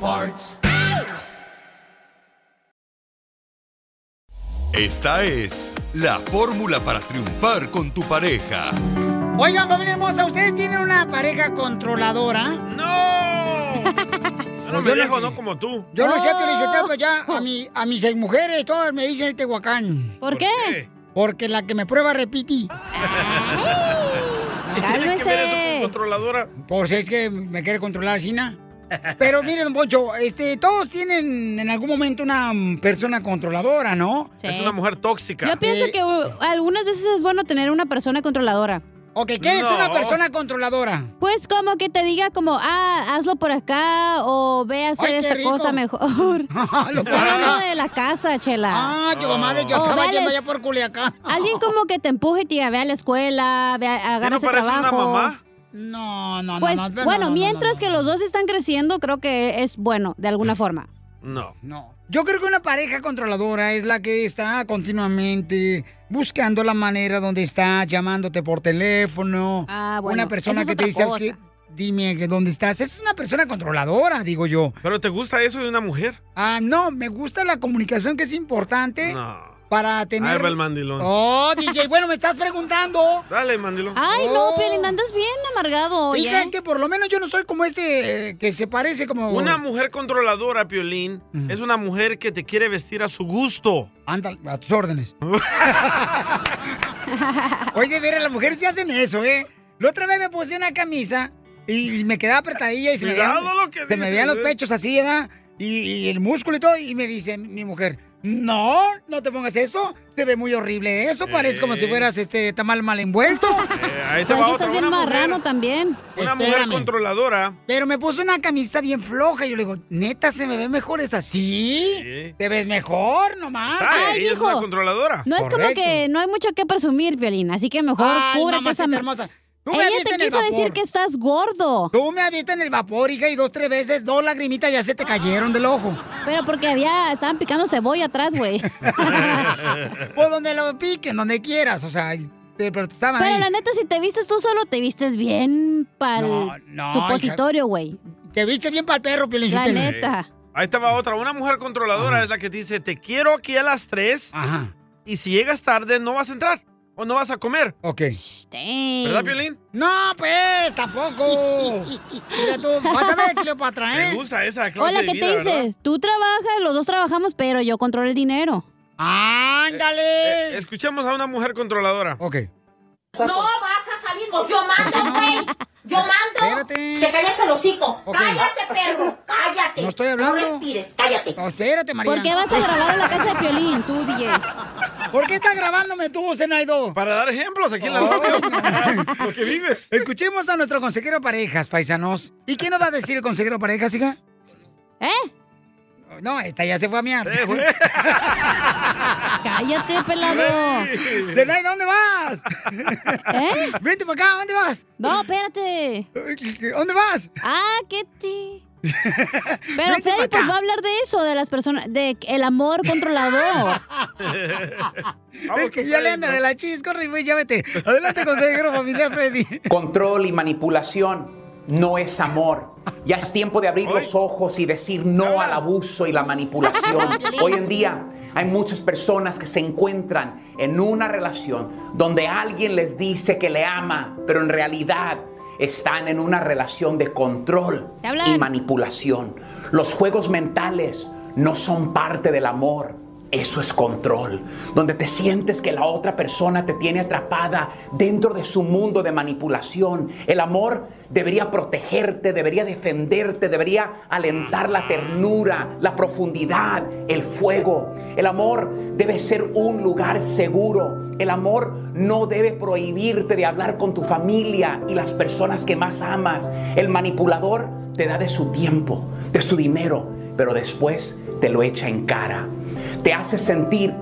S2: parts.
S7: Esta es la fórmula para triunfar con tu pareja.
S1: Oigan, familia hermosa, ¿ustedes tienen una pareja controladora? ¡No! Pues
S3: Yo Ah, no me dejo, no como tú.
S1: Yo no sé, pero yo tengo ya a, mi, a mis seis mujeres, todas me dicen el Tehuacán.
S3: Oh. ¿Por qué? qué? Ah.
S1: Porque la que me prueba repiti. Eh,
S3: ¿Y tiene que ver eso con controladora?
S1: Pues es que me quiere controlar China. Pero miren, don Poncho, este, todos tienen en algún momento una mm, persona controladora, ¿no?
S4: Sí. Es una
S3: mujer tóxica.
S4: Yo pienso que uh, algunas veces es bueno tener una persona controladora.
S1: Ok, ¿qué es una
S4: No.
S1: persona controladora?
S4: Pues como que te diga como, ah, hazlo por acá o ve a hacer
S1: qué
S4: esta
S1: rico.
S4: cosa mejor. Está hablando de la casa, Chela.
S1: Ah, tu mamá de- yo
S4: O
S1: estaba
S4: ve a
S1: yendo
S4: la-
S1: allá por Culiacán.
S4: Alguien como que te empuje y te diga, ve a la escuela, ve a, agarra ese trabajo.
S1: No, no, no.
S4: Pues
S1: no, no,
S4: bueno,
S1: no, no,
S4: mientras que los dos están creciendo, creo que es bueno, de alguna forma.
S3: No.
S1: No. Yo creo que una pareja controladora es la que está continuamente buscando la manera donde está, llamándote por teléfono.
S4: Ah, bueno,
S1: Una persona
S4: esa es
S1: que te
S4: otra
S1: dice, "¿Sabes
S4: cosa.
S1: qué? dime que dónde estás. Es una persona controladora, digo yo.
S3: ¿Pero te gusta eso de una mujer?
S1: Ah, no, me gusta la comunicación que es importante
S3: No.
S1: para tener...
S3: Ahí va el mandilón.
S1: Oh, DJ, bueno, me estás preguntando. Oh.
S3: Dale, mandilón.
S4: Ay, no, Piolín, andas bien amargado hoy,
S1: Hija,
S4: ¿eh?
S1: es que por lo menos yo no soy como este eh, que se parece como...
S3: Una mujer controladora, Piolín, es una mujer que te quiere vestir a su gusto.
S1: Ándale, a tus órdenes. Oye, de veras, las mujeres sí hacen eso, ¿eh? La otra vez me puse una camisa y, y me quedaba apretadilla y se me
S2: Cuidado
S1: veían,
S2: lo que
S1: se me
S2: dices,
S1: veían los
S2: ¿eh?
S1: pechos así, ¿verdad? Y, y el músculo y todo. Y me dice mi mujer, no, no te pongas eso. Te ve muy horrible eso. Parece como si
S3: Eh.
S1: fueras este tamal mal envuelto.
S3: ahí te Ay, va que otra, estás bien una mujer- marrano
S4: también.
S3: Una mujer controladora.
S1: Pero me puso una camisa bien floja. Y yo le digo, neta, se me ve mejor. ¿Es así? ¿Te ves Pues mejor nomás?
S4: Ay, mijo, No es como
S1: Ah, Correcto.
S4: que no hay mucho que presumir, Piolín, así que mejor
S1: Ay,
S4: cúbrete
S1: mamacita
S4: esa ma-
S1: hermosa. Tú me
S4: Ella
S1: has visto
S4: te
S1: en el
S4: quiso decir
S1: vapor.
S4: que estás gordo.
S1: Tú me has visto en el vapor, hija, y dos, tres veces, dos lagrimitas ya se te cayeron del ojo.
S4: Pero porque había, estaban picando cebolla atrás, güey. Pues
S1: Por Pues donde lo piquen, donde quieras, o sea, y te, pero te estaban
S4: Pero
S1: ahí.
S4: la neta, si te vistes tú solo, te vistes bien para el
S1: No, no,
S4: supositorio, güy.
S1: Te viste bien para el perro, Piolín.
S4: La
S3: Sí.
S4: neta.
S3: Eh, Ahí te va otra. Una mujer controladora es la que te dice, te quiero aquí a las 3. Y si llegas tarde, no vas a entrar. O no vas a comer.
S1: Ok.
S4: eh.
S3: ¿Verdad, Piolín?
S1: No, pues, tampoco. Mira tú, vas a ver, Cleopatra, ¿eh?
S3: Me gusta esa clase
S4: Hola,
S3: de
S4: ¿qué
S3: vida,
S4: te dice?
S3: ¿verdad?
S4: Tú trabajas, los dos trabajamos, pero yo controlo el dinero.
S1: ¡Ándale!
S3: escuchemos Eh, a una mujer controladora.
S1: Ok.
S14: No vas a salir, no, yo mando, güey. Yo mando.
S1: Espérate.
S14: Te calles el hocico.
S1: Ok.
S14: Cállate, perro. Cállate.
S1: No estoy hablando.
S14: No respires, cállate.
S1: No, espérate, María.
S14: ¿Por qué vas a grabar en la casa de
S4: Piolín, tú, DJ?
S1: ¿Por qué estás grabándome tú, Zenaido? Oh.
S3: Para dar ejemplos aquí en la radio. Lo que vives.
S1: Escuchemos a nuestro consejero parejas, paisanos. ¿Y qué nos va a decir el consejero parejas, hija?
S4: ¿Eh?
S1: No, esta ya se fue a miar.
S3: Eh,
S4: Cállate, pelado.
S1: Zenay, ¿dónde vas?
S4: ¿Eh?
S1: Vente para acá, ¿dónde vas?
S4: No, espérate.
S1: ¿Dónde vas?
S4: Ah, Ketty. Pero
S2: Vente pa'
S4: Freddy, pues
S2: acá.
S4: va a hablar de eso, de las personas, de el amor controlador.
S1: es que ya le anda de la chis, corre, güey, ya vete. Adelante, consejero familiar Freddy.
S26: Control y manipulación no es amor. Ya es tiempo de abrir los ojos y decir no al abuso y la manipulación. Hoy en día hay muchas personas que se encuentran en una relación donde alguien les dice que le ama, pero en realidad están en una relación de control
S4: Te
S26: y
S4: hablan.
S26: manipulación. Los juegos mentales no son parte del amor. Eso es control, donde te sientes que la otra persona te tiene atrapada dentro de su mundo de manipulación. El amor debería protegerte, debería defenderte, debería alentar la ternura, la profundidad, el fuego. El amor debe ser un lugar seguro. El amor no debe prohibirte de hablar con tu familia y las personas que más amas. El manipulador te da de su tiempo, de su dinero, pero después te lo echa en cara. Te hace sentir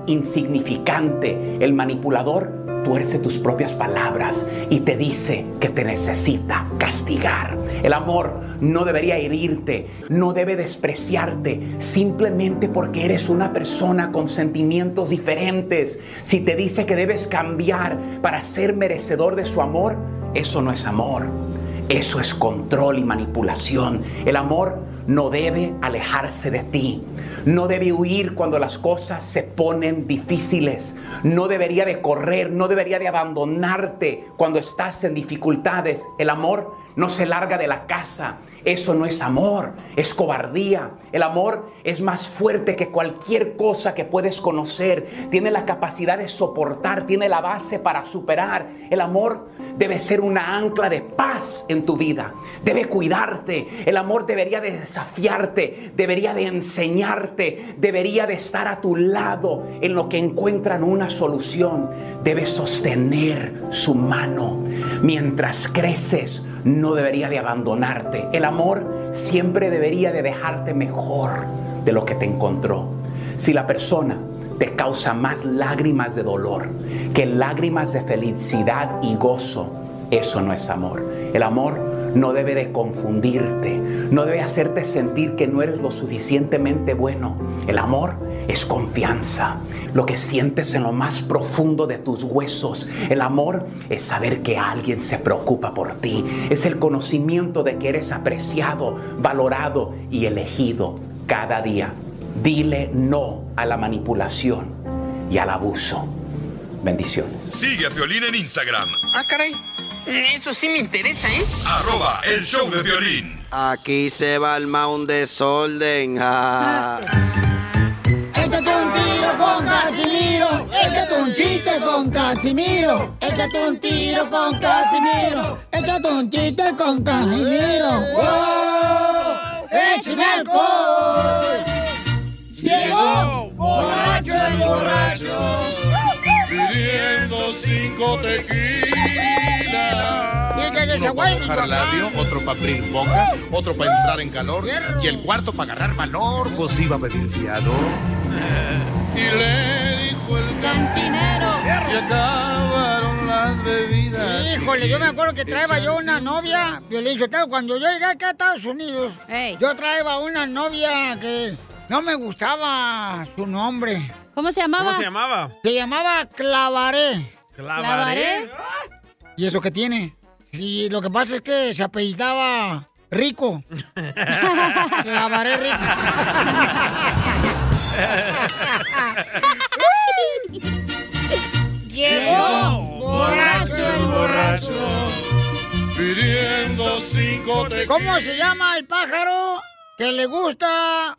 S26: insignificante. El manipulador tuerce tus propias palabras y te dice que te necesita castigar. El amor no debería herirte, no debe despreciarte, simplemente porque eres una persona con sentimientos diferentes. Si te dice que debes cambiar para ser merecedor de su amor, eso no es amor. Eso es control y manipulación. El amor no debe alejarse de ti. No debe huir cuando las cosas se ponen difíciles. No debería de correr, no debería de abandonarte cuando estás en dificultades. El amor no se larga de la casa. Eso no es amor, es cobardía. El amor es más fuerte que cualquier cosa que puedes conocer. Tiene la capacidad de soportar, tiene la base para superar. El amor debe ser una ancla de paz en tu vida. Debe cuidarte. El amor debería de desafiarte, debería de enseñarte, debería de estar a tu lado en lo que encuentran una solución. Debe sostener su mano mientras creces no debería de abandonarte. El amor siempre debería de dejarte mejor de lo que te encontró. Si la persona te causa más lágrimas de dolor que lágrimas de felicidad y gozo, eso no es amor. El amor no debe de confundirte, no debe hacerte sentir que no eres lo suficientemente bueno. El amor es confianza, lo que sientes en lo más profundo de tus huesos. El amor es saber que alguien se preocupa por ti, es el conocimiento de que eres apreciado, valorado y elegido cada día. Dile no a la manipulación y al abuso. Bendiciones.
S7: Sigue a Violín en Instagram,
S8: Ah, caray. Eso sí me interesa, ¿eh?
S7: arroba el show de violín.
S17: Ah.
S10: Aquí se va el mound desorden.
S1: Échate un tiro con Casimiro. Échate un chiste con Casimiro. Échate un tiro con Casimiro. Échate un chiste con Casimiro. ¡Wow! ¡Échame alcohol! Llegó borracho el borracho.
S9: Pidiendo cinco tequilas.
S1: Llega el
S9: Uno para
S1: Hawái,
S5: pues,
S9: mojar labio, otro para Prince Boca, otro para entrar en calor y el cuarto para agarrar valor, pues iba a pedir fiado. Y le dijo el
S1: cantinero.
S9: Se acabaron las bebidas.
S1: Híjole, yo me acuerdo que traeba yo una novia, Violín Sotelo, cuando yo llegué acá a Estados Unidos, yo traeba una novia que no me gustaba su nombre.
S4: ¿Cómo se llamaba?
S3: ¿Cómo se llamaba?
S1: Se llamaba Clavaré.
S3: ¿Clavaré?
S1: ¿Y eso qué tiene? Sí, lo que pasa es que se apellidaba Rico. Clavaré Rico. Llegó borracho el borracho.
S9: Pidiendo cinco
S1: Eh, ¿Cómo se llama el pájaro que le gusta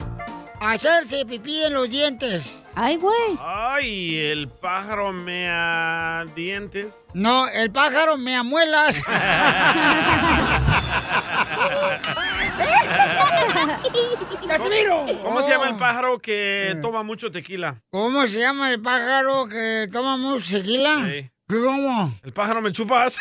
S1: hacerse pipí en los dientes? Ay, güey.
S3: Ay, el pájaro mea dientes.
S1: No, el pájaro me amuelas. ¡Casimiro! Oh. Eh.
S3: ¿Cómo se llama el pájaro que toma mucho tequila?
S1: ¿Cómo se llama el pájaro que toma mucho tequila?
S3: Sí.
S1: ¿Cómo?
S3: ¿El pájaro me chupas?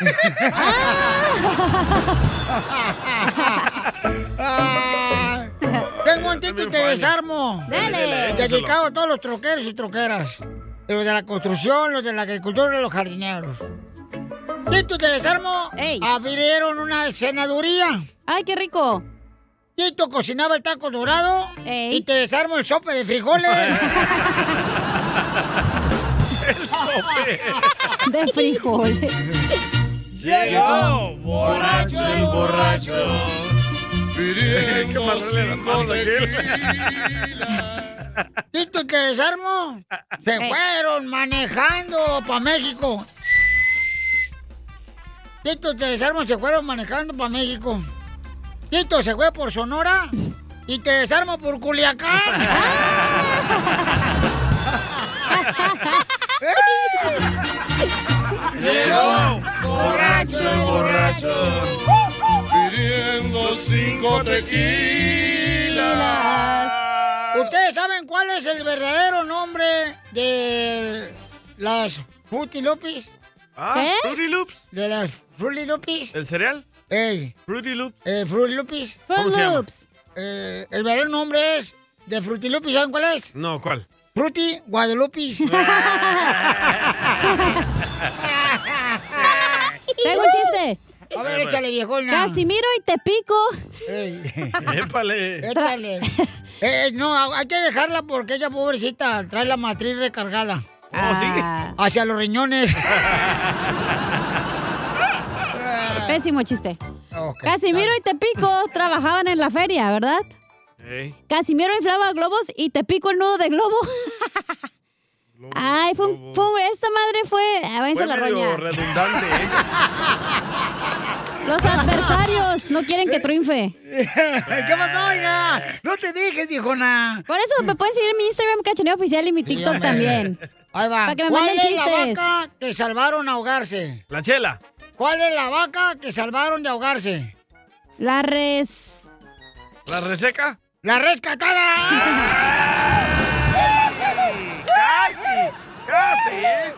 S1: Ah, Tengo un tito y te desarmo.
S2: Dale.
S1: Dedicado a todos los troqueros y troqueras. Los de la construcción, los de la agricultura y los jardineros. Tito y te desarmo. Abrieron una cenaduría. ¡Ay, qué rico! Tito cocinaba el taco dorado y te desarmo el sope de frijoles.
S4: De frijoles.
S2: Llegó borracho el borracho.
S9: Pidiendo cinco
S1: Tito y te desarmo. Se
S2: Ey.
S1: fueron manejando para México. Tito y te desarmo se fueron manejando para México. Tito se fue por Sonora y te desarmo por Culiacán.
S2: Llegó borracho el borracho.
S9: Pidiendo cinco tequilas.
S1: ¿Ustedes saben cuál es el verdadero nombre de las Fruity Loops?
S3: Ah, Fruity Loops.
S1: ¿De las Fruity Loops?
S3: ¿El cereal?
S1: Ey.
S3: Fruity Loops.
S1: Eh, Fruity Loops.
S3: ¿Cómo se llama?
S1: Eh, el verdadero nombre es de Fruity Loops, ¿saben cuál es?
S3: No, ¿cuál?
S1: Fruity Guadalupe.
S4: Tengo un chiste.
S1: A ver, échale, viejona.
S4: Casimiro y te pico.
S3: Épale.
S1: Échale. Eh, no, hay que dejarla porque ella, pobrecita, trae la matriz recargada.
S4: Ah.
S1: Hacia los riñones. Eh,
S4: Pésimo chiste. Casimiro y Tepico trabajaban en la feria, ¿verdad? Casimiro inflaba globos y Tepico el nudo de globo. Ay, fue, un- fue un- esta madre fue... ah, váyanse a
S3: Fue
S4: la
S3: medio
S4: roña.
S3: redundante, ¿eh?
S4: Los adversarios no quieren que triunfe.
S1: ¿Qué pasó, oiga? No te dejes, viejona.
S4: Por eso me pueden seguir en mi Instagram, cachaneo oficial, y mi TikTok
S1: hombre.
S4: también.
S1: Ahí va.
S4: Para que me
S1: ¿Cuál
S4: manden
S1: es
S4: chistes.
S1: la vaca que salvaron a ahogarse?
S3: La chela.
S1: ¿Cuál es la vaca que salvaron de ahogarse?
S4: La res.
S3: ¿La reseca?
S1: ¡La rescatada!
S3: ¡Casi! ¿eh?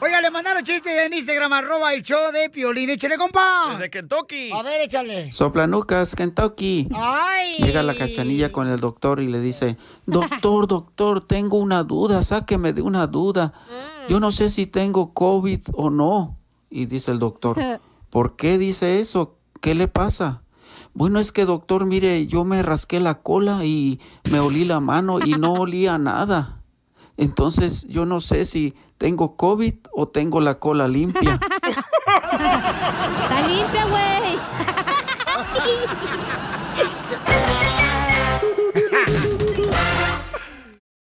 S1: Oiga, le mandaron chistes en Instagram, arroba el show de Piolín. Échale, compa.
S3: Desde Kentucky.
S1: A ver, échale. Ah.
S27: Soplanucas, Kentucky.
S1: Ay.
S27: Llega la cachanilla con el doctor y le dice, doctor, doctor, tengo una duda, sáqueme de una duda. Yo no sé si tengo COVID o no. Y dice el doctor, ¿por qué dice eso? ¿Qué le pasa? Bueno, es que doctor, mire, yo me rasqué la cola y me olí la mano y no olía nada. Entonces yo no sé si tengo COVID o tengo la cola limpia.
S4: Está limpia,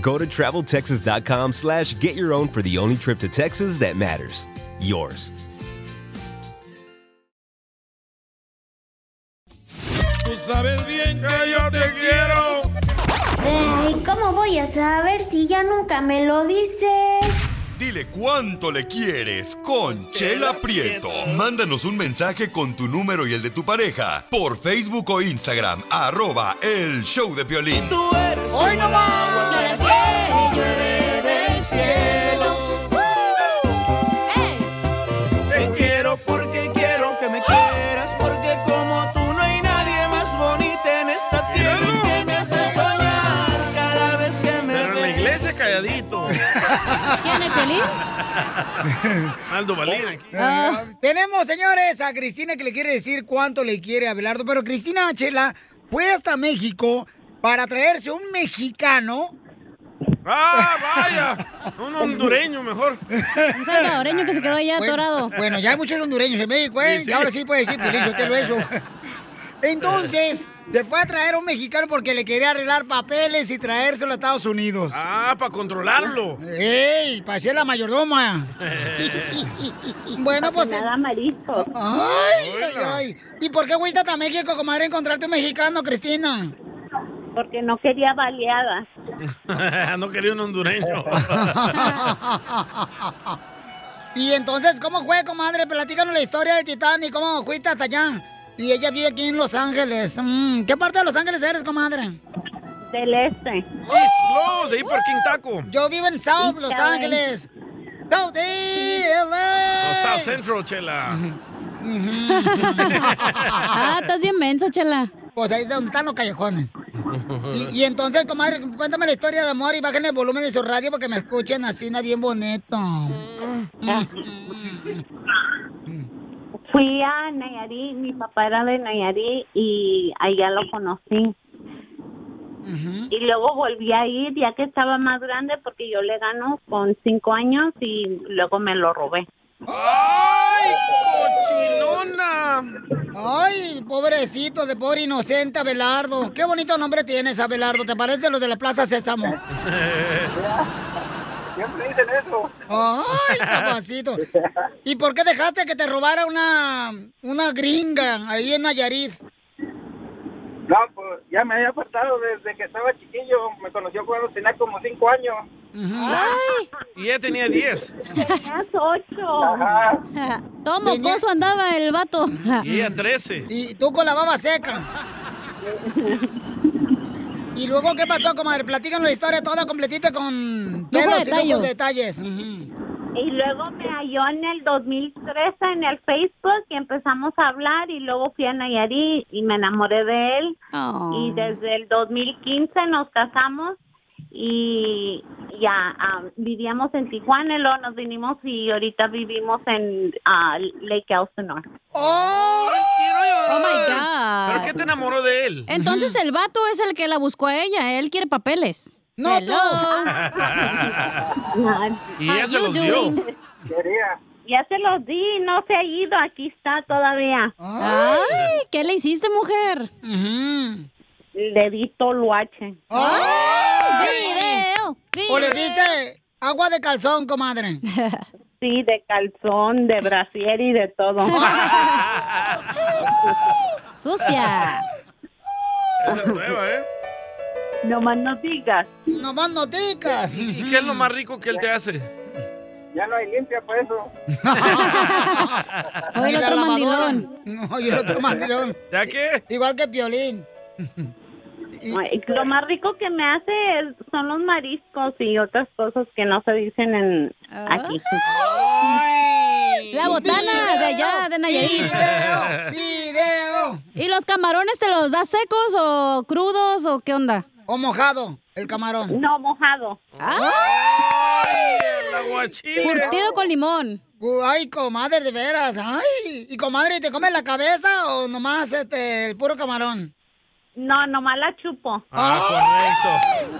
S28: Go to traveltexas.com slash get your own for the only trip to Texas that matters. Yours.
S2: Tú sabes bien que yo te quiero.
S18: Ay, ¿cómo voy a saber si ya nunca me lo dices?
S7: Dile cuánto le quieres con Chela Prieto. Mándanos un mensaje con tu número y el de tu pareja por Facebook o Instagram, arroba el show de violín.
S2: Hoy no más. Yo eres cielo. Te quiero porque quiero que me quieras. Porque como tú no hay nadie más bonita en esta tierra. Que me hace soñar cada vez que me
S3: Pero en la
S1: Eh.
S2: ves.
S3: iglesia calladito.
S4: ¿Quién el Piolín?
S3: Aldo Valina aquí.
S1: Ah, tenemos, señores, a Cristina que le quiere decir cuánto le quiere a Abelardo. Pero Cristina Chela fue hasta México para traerse un mexicano.
S3: ¡Ah, vaya! Un hondureño mejor.
S1: Un
S4: salvadoreño que se quedó allá
S1: Bueno,
S4: atorado.
S1: Bueno, ya hay muchos hondureños en México, ¿eh?
S4: Sí, sí.
S1: Y ahora sí puede decir, pues, yo te lo eso. Entonces, le fue a traer a un mexicano porque le quería arreglar papeles y traérselo a Estados Unidos.
S3: Ah, para controlarlo.
S1: ¡Ey! Pasé la mayordoma. Bueno, pues. Nada marisco. Ay, ay, ay. ¿Y por qué fuiste hasta México, comadre, a encontrarte un mexicano, Cristina? Porque no quería baleadas.
S3: no quería un hondureño.
S1: y entonces, ¿cómo fue, comadre? Platícanos la historia del Titanic, ¿cómo fuiste hasta allá? Y ella vive aquí en Los Ángeles. Mm, ¿Qué parte de Los Ángeles eres, comadre? Del este.
S3: ¡Islos! De ahí por King Taco.
S1: Yo vivo en South Los
S3: Está bien.
S1: Ángeles. South LA.
S3: O South Central, Chela.
S1: ah, estás bien mensa, chela. Pues ahí es donde están los callejones. Y, y entonces, comadre, cuéntame la historia de amor y bajen el volumen de su radio porque me escuchen así, na, bien bonito.
S2: Ah,
S18: Fui a Nayarit, mi papá era de Nayarit y allá lo conocí. Y luego volví a ir ya que estaba más grande porque yo le gano con cinco años y luego me lo robé.
S1: ¡Ay, cochinona! ¡Ay, pobrecito de pobre inocente Abelardo! ¡Qué bonito nombre tienes, Abelardo! ¿Te parece los de la Plaza Sésamo?
S2: Siempre dicen eso.
S1: ¡Ay, papacito! ¿Y por qué dejaste que te robara una, una gringa ahí en Nayarit?
S17: No, pues ya me había apartado desde que estaba chiquillo. Me conoció cuando tenía como 5 años.
S4: Ay,
S3: Y ya tenía 10.
S4: tenías ocho.
S17: Ajá.
S4: Todo mocoso andaba el vato.
S3: Y ella 13.
S1: Y tú con la baba seca. ¿Y luego qué pasó, comadre? Platícanos la historia toda completita con
S13: Lujo
S1: pelos y
S13: de detalle.
S1: lujos de detalles.
S13: Y luego me halló en el 2013 en el Facebook y empezamos a hablar y luego fui a Nayarit y me enamoré de él.
S4: Oh.
S13: Y desde el 2015 nos casamos y ya ah, vivíamos en Tijuana, y luego nos vinimos y ahorita vivimos en ah, Lake Elsinore.
S1: ¡Oh!
S4: Oh my God.
S3: ¿Pero qué te enamoró de él?
S4: Entonces el vato es el que la buscó a ella. Él quiere papeles.
S1: No,
S4: Hello.
S3: y ya se los dio.
S13: Ya se los di, no se ha ido, aquí está todavía.
S4: Ay, ¿qué le hiciste, mujer?
S13: Le di toluache.
S4: ¡Video!
S1: ¿O le diste agua de calzón, comadre?
S13: Sí, de calzón, de brasier y de todo.
S4: Sucia.
S3: ¿eh?
S13: No más no digas.
S1: No más no digas.
S3: ¿Y qué es lo más rico que él te hace?
S2: Ya no hay limpia por eso.
S1: Ni la
S2: el otro
S1: lavadora.
S2: mandilón.
S1: No, y el otro mandilón.
S3: ¿Ya qué?
S1: Igual que Piolín.
S13: Ay, Lo más rico que me hace es- son los mariscos y otras cosas que no se dicen en
S1: Ah.
S13: aquí.
S4: La botana de allá, de Nayarit.
S1: ¡Video!
S4: ¿Y los camarones te los das secos o crudos o qué onda?
S1: ¿O mojado el camarón?
S13: No, mojado.
S4: Curtido con limón.
S1: Ay, comadre, de veras. Ay, y comadre, ¿te comes la cabeza o nomás este, el puro camarón?
S13: No, nomás la chupo.
S2: Ah.
S3: Ah,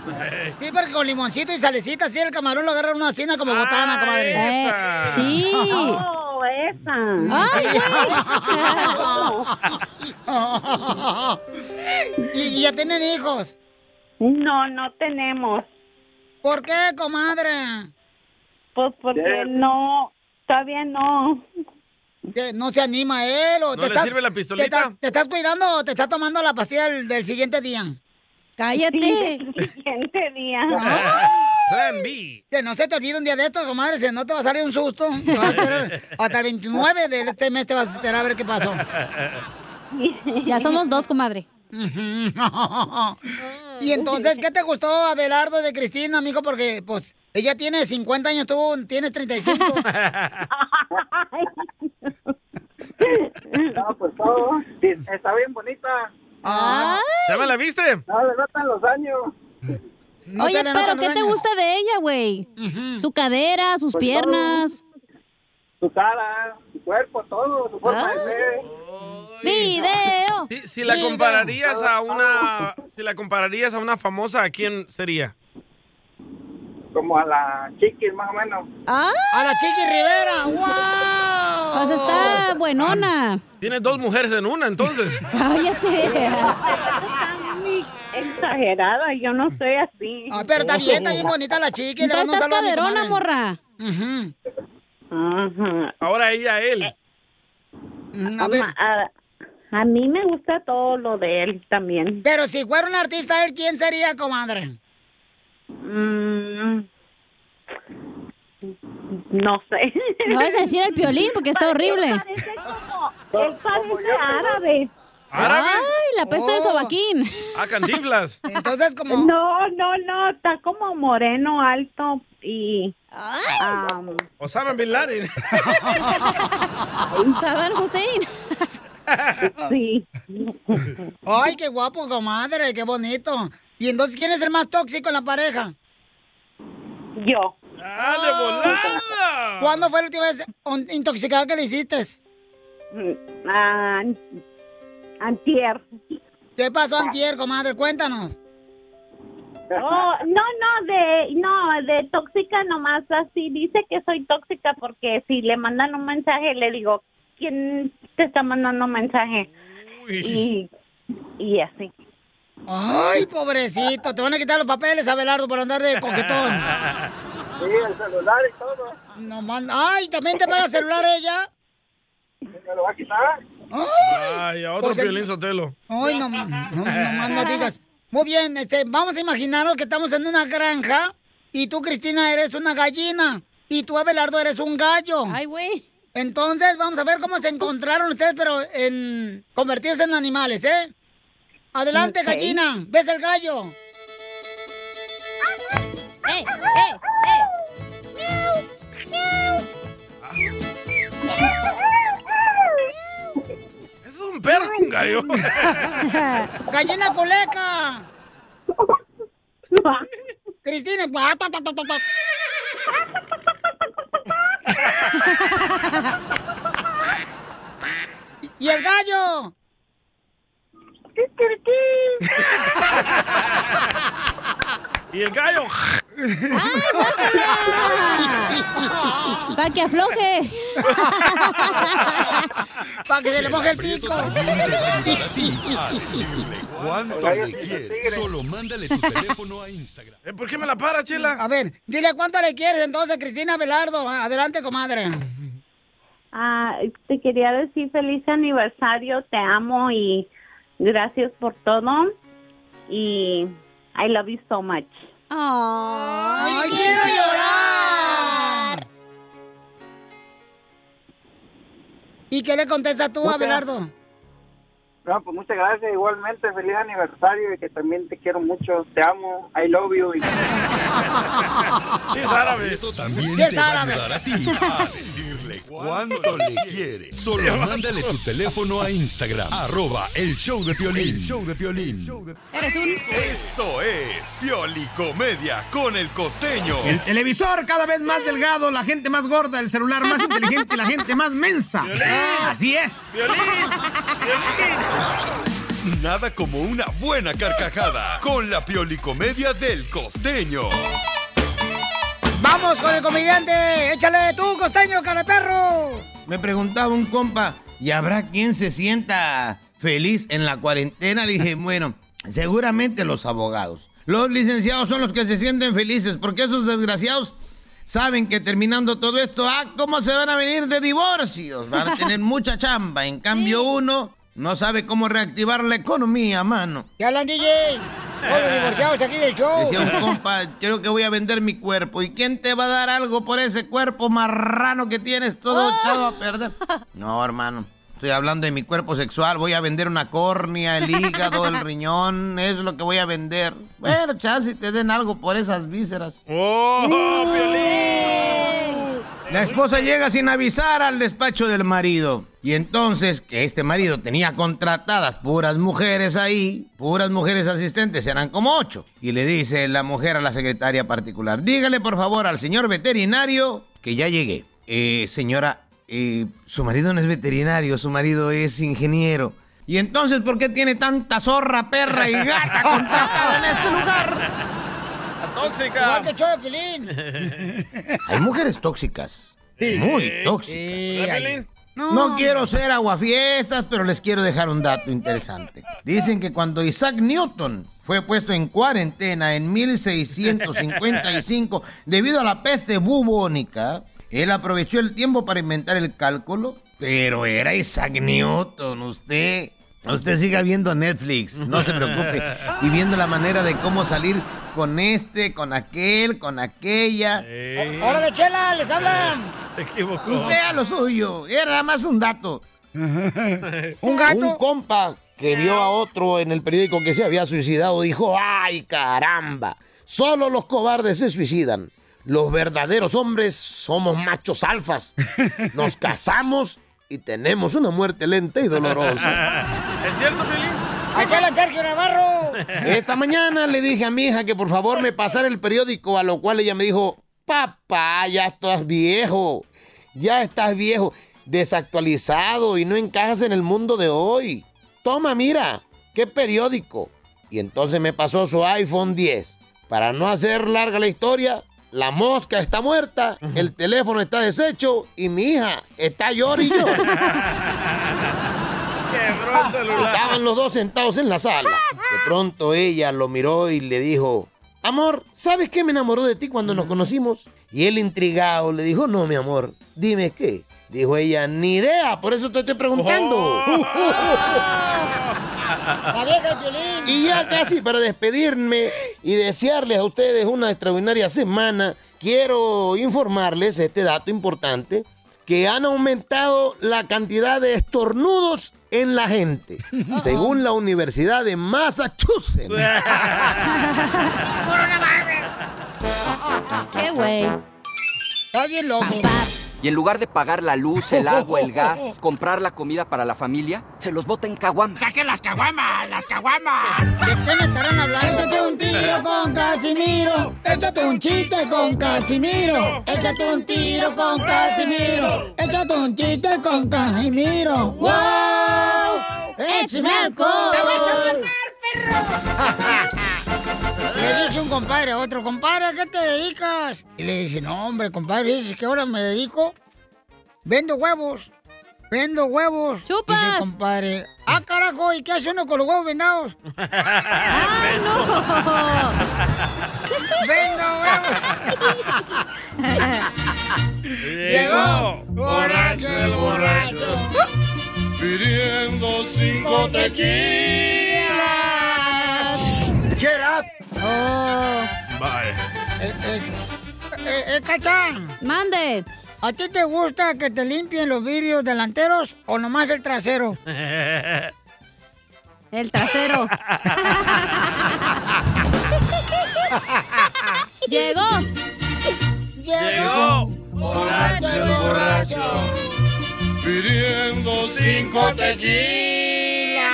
S1: correcto. Sí, porque con limoncito y salecita, sí, el camarón lo agarra una hacina como botana, comadre.
S4: esa. Eh, sí.
S13: Oh, esa.
S1: ¿Y, y ya tienen hijos?
S13: No, no tenemos.
S1: ¿Por qué, comadre?
S13: Pues porque no, todavía no.
S1: ¿No se anima él o
S3: ¿No le sirve la pistolita?
S1: Te, estás- te estás cuidando o te estás tomando la pastilla del, del siguiente día?
S4: ¡Cállate!
S13: siguiente día.
S3: Plan B.
S1: Ah. Que no se te olvide un día de estos, comadre, si no te va a salir un susto. Te vas a esperar hasta el 29 de este mes te vas a esperar a ver qué pasó.
S4: Ya somos dos, comadre.
S1: y entonces, ¿qué te gustó, Abelardo, de Cristina, amigo? Porque, pues, ella tiene 50 años, tú tienes 35.
S2: No, pues todo. Está bien bonita.
S3: ¿Ya me la viste?
S2: No, le notan los años.
S4: Oye, pero ¿qué te gusta de ella, güey? Su cadera, sus
S2: Pues
S4: piernas.
S2: Su cara, su cuerpo, todo, su forma de ser.
S4: Ah. ¡Video!
S3: Si, si la compararías a una, si la compararías a una famosa, ¿a quién sería?
S2: Como a la chiquis, más o menos.
S1: ¡A la Chiqui Rivera! ¡Wow!
S4: Ah. Pues está buenona.
S3: Tienes dos mujeres en una, entonces.
S4: ¡Cállate!
S13: Exagerada, yo no soy así.
S1: Ah, pero está bien, está bien bonita la chiqui. le
S4: Entonces
S1: mando un
S4: estás
S1: saludo a mi
S4: caderona,
S1: comadre.
S4: morra.
S3: Ahora ella, él.
S1: A,
S13: a mí me gusta todo lo de él también.
S1: Pero si fuera un artista, él, ¿quién sería, comadre?
S13: Mm, No sé.
S4: No vas a decir el piolín porque está horrible.
S13: Él parece árabe.
S3: ¿Árabe?
S4: ¡Ay, la peste del
S13: Oh.
S4: sobaquín!
S3: A Ah, Cantinflas.
S1: Entonces, como.
S13: No, no, no. Está como moreno, alto y. am,
S3: Osama Bin Laden.
S4: Saddam Hussein.
S13: sí.
S1: Ay, qué guapo, comadre, qué bonito. Y entonces, ¿quién es el más tóxico en la pareja?
S13: Yo.
S3: ¡Ah, de volada!
S1: ¿Cuándo fue la última vez on- intoxicada que le hiciste?
S13: Mm, an- antier.
S1: ¿Qué pasó antier, comadre? Cuéntanos.
S13: Oh, no, no, de, no, de tóxica nomás así. Dice que soy tóxica porque si le mandan un mensaje, le digo, ¿quién te está mandando un mensaje? Y, y así.
S1: Ay, pobrecito, te van a quitar los papeles, Abelardo, por andar de coquetón.
S2: Sí, el celular y todo.
S1: No man- Ay, también te paga celular ella.
S2: ¿Me lo va a quitar?
S3: Ay, a otro
S1: Pues el-
S3: Piolín Sotelo.
S1: Ay, no, no, no, más no digas. Muy bien, este, vamos a imaginarnos que estamos en una granja y tú, Cristina, eres una gallina y tú, Abelardo, eres un gallo. Ay,
S4: güey.
S1: Entonces, vamos a ver cómo se encontraron ustedes, pero en convertirse en animales, ¿eh? Adelante,
S21: Ok.
S1: gallina. Ves el gallo.
S21: ¡Eh, eh,
S3: Ah. Es un perro, un gallo.
S1: Gallina coleca. Cristina. pa, pa, pa, pa, pa, pa. y el gallo.
S3: Y el gallo.
S1: Ah,
S4: Para que afloje.
S1: Para que se le moje el
S7: Prieto
S1: pico.
S7: también te va a ayudar a ti a decirle cuánto le quieres. Solo mándale tu teléfono a Instagram.
S3: Eh, ¿Por qué me la
S2: Ah,
S3: para, Chela?
S1: A ver, dile cuánto le quieres entonces, Cristina Velardo. Adelante, comadre.
S18: Ah, te quería decir feliz aniversario, te amo y gracias por todo. Y I love you so much.
S21: ¡Ay,
S1: quiero
S21: llorar!
S1: ¿Y qué le contestas tú,
S17: Muchas-
S1: Abelardo?
S17: No, pues muchas gracias, igualmente, feliz aniversario y que también te quiero mucho, te amo, I love you. Y...
S7: Prieto también
S17: Sí, es
S7: te va a
S17: árabe.
S7: ayudar a ti a decirle cuánto le quieres. Solo mándale tu teléfono a Instagram. Arroba el show de Piolín. show de Piolín. Esto es Piolicomedia con el costeño.
S5: El televisor cada vez más delgado, la gente más gorda, el celular más inteligente, la gente más mensa. Así es.
S7: Nada como una buena carcajada con la Piolicomedia del costeño.
S1: ¡Vamos con el comediante! ¡Échale tú, costeño, cara de perro!
S5: Me preguntaba un compa, ¿y habrá quien se sienta feliz en la cuarentena? Le dije, bueno, seguramente los abogados. Los licenciados son los que se sienten felices, porque esos desgraciados saben que terminando todo esto, ah, ¿cómo se van a venir de divorcios? Van a tener mucha chamba. En cambio, uno no sabe cómo reactivar la economía, mano.
S1: ¡Ya hablan, DJ! Todos los divorciados aquí del show.
S5: Decía un compa, creo que voy a vender mi cuerpo. ¿Y quién te va a dar algo por ese cuerpo marrano que tienes todo echado Ah, a perder? No, hermano. Estoy hablando de mi cuerpo sexual. Voy a vender una córnea, el hígado, el riñón. Eso es lo que voy a vender. Bueno, chance te den algo por esas vísceras. La esposa llega sin avisar al despacho del marido. Y entonces, que este marido tenía contratadas puras mujeres ahí, puras mujeres asistentes, eran como ocho. Y le dice la mujer a la secretaria particular, dígale por favor al señor veterinario que ya llegué. Eh, señora, eh, su marido no es veterinario, su marido es ingeniero. Y entonces, ¿por qué tiene tanta zorra, perra y gata contratada en este lugar?
S3: tóxica.
S1: Igual que el show de Pelín.
S5: Hay mujeres tóxicas. Muy tóxicas.
S1: No.
S5: No. quiero ser aguafiestas, pero les quiero dejar un dato interesante. Dicen que cuando Isaac Newton fue puesto en cuarentena en 1655 debido a la peste bubónica, él aprovechó el tiempo para inventar el cálculo. Pero era Isaac Newton, usted. Usted siga viendo Netflix, no se preocupe. Y viendo la manera de cómo salir con este, con aquel, con aquella.
S1: ¡Órale, chela! ¡Les hablan!
S5: Te equivocó. Usted a lo suyo. Era nada más un dato.
S1: Un gato.
S5: Un compa que vio a otro en el periódico que se había suicidado dijo, ¡ay caramba! Solo los cobardes se suicidan. Los verdaderos hombres somos machos alfas. Nos casamos y tenemos una muerte lenta y dolorosa.
S3: ¿Es cierto, Pelín?
S1: ¡Aquí habla Sergio Navarro!
S5: Esta mañana le dije a mi hija que por favor me pasara el periódico, a lo cual ella me dijo, papá, ya estás viejo, ya estás viejo, desactualizado y no encajas en el mundo de hoy. Toma, mira, qué periódico. Y entonces me pasó su iPhone 10. Para no hacer larga la historia, la mosca está muerta, el teléfono está deshecho y mi hija está llorando.
S3: Quebró el celular.
S5: Estaban los dos sentados en la sala. De pronto ella lo miró y le dijo, amor, ¿sabes qué me enamoró de ti cuando nos conocimos? Y él intrigado le dijo, no, mi amor, dime qué. Dijo ella, ni idea, por eso te estoy preguntando.
S1: ¡La vieja Piolín!
S5: Y ya casi para despedirme y desearles a ustedes una extraordinaria semana, quiero informarles este dato importante.
S23: que han aumentado la cantidad de estornudos en la gente, según la Universidad de Massachusetts.
S4: Qué güey.
S1: Está bien loco.
S22: Y en lugar de pagar la luz, el agua, el gas, comprar la comida para la familia, se los bota en caguamas.
S1: ¡Saque las caguamas! ¡Las caguamas! ¿De qué me estarán hablando? Échate un tiro con Casimiro. Échate un chiste con Casimiro. Échate un tiro con Casimiro. Échate un chiste con Casimiro. ¡Wow! ¡Échame alcohol!
S2: ¡Te vas a
S1: Le dice un compadre a otro, compadre, ¿a qué te dedicas? Y le dice, no, hombre, compadre, dices que ahora me dedico. Vendo huevos. Vendo huevos. ¡Chupas! Dice, el compadre. Ah, carajo, ¿y qué hace uno con los huevos vendados?
S2: ¡Ay, no!
S1: ¡Venga,
S2: Llegó borracho el borracho pidiendo cinco tequilas.
S1: Get up. Oh.
S9: Bye.
S1: Eh, eh, eh, eh, Cachán. Mande. ¿A ti te gusta que te limpien los vidrios delanteros o nomás el trasero?
S4: El trasero. Llegó.
S2: Llegó borracho el borracho pidiendo cinco tequilas.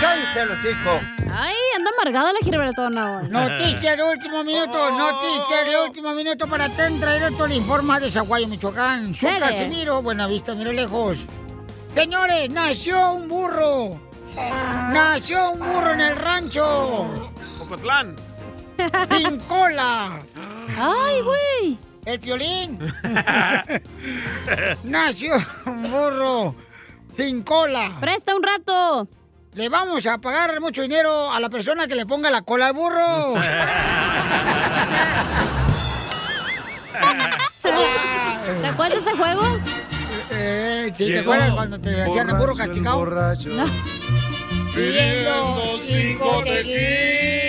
S4: ¡Cállense los chicos! Ay, anda amargada la girbretona hoy.
S1: Noticia de último minuto, noticia de último minuto para Tentra Directo el informa de Zaguayo, Michoacán. Su
S4: Dele.
S1: Casimiro, buena vista, mira lejos. Señores, nació un burro. Nació un burro en el rancho.
S3: Ocotlán.
S1: Sin cola. Ay, güey. El piolín. Nació un burro sin cola. Presta un rato. Le vamos a pagar mucho dinero a la persona que le ponga la cola al burro.
S4: ¿Te acuerdas ese juego?
S1: Eh, sí, ¿te acuerdas cuando te hacían el burro castigado?
S2: Pidiendo cinco tequilas.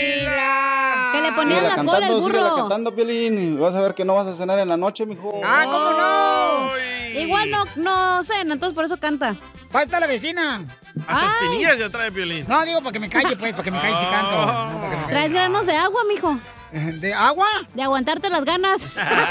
S4: Que le
S6: Síguela cantando, síguela cantando, Piolín. Vas a ver que no vas a cenar en la noche, mijo.
S1: ¡Ah, cómo no!
S4: Igual no, no cena, entonces por eso canta.
S1: ¡Basta la vecina!
S3: Hasta espinillas Oh. ya trae violín.
S1: No, digo para que me calle, pues, para que me calle si canto. No, para que me
S4: Traes granos de agua, mijo.
S1: ¿De agua?
S4: De aguantarte las ganas.
S1: calle.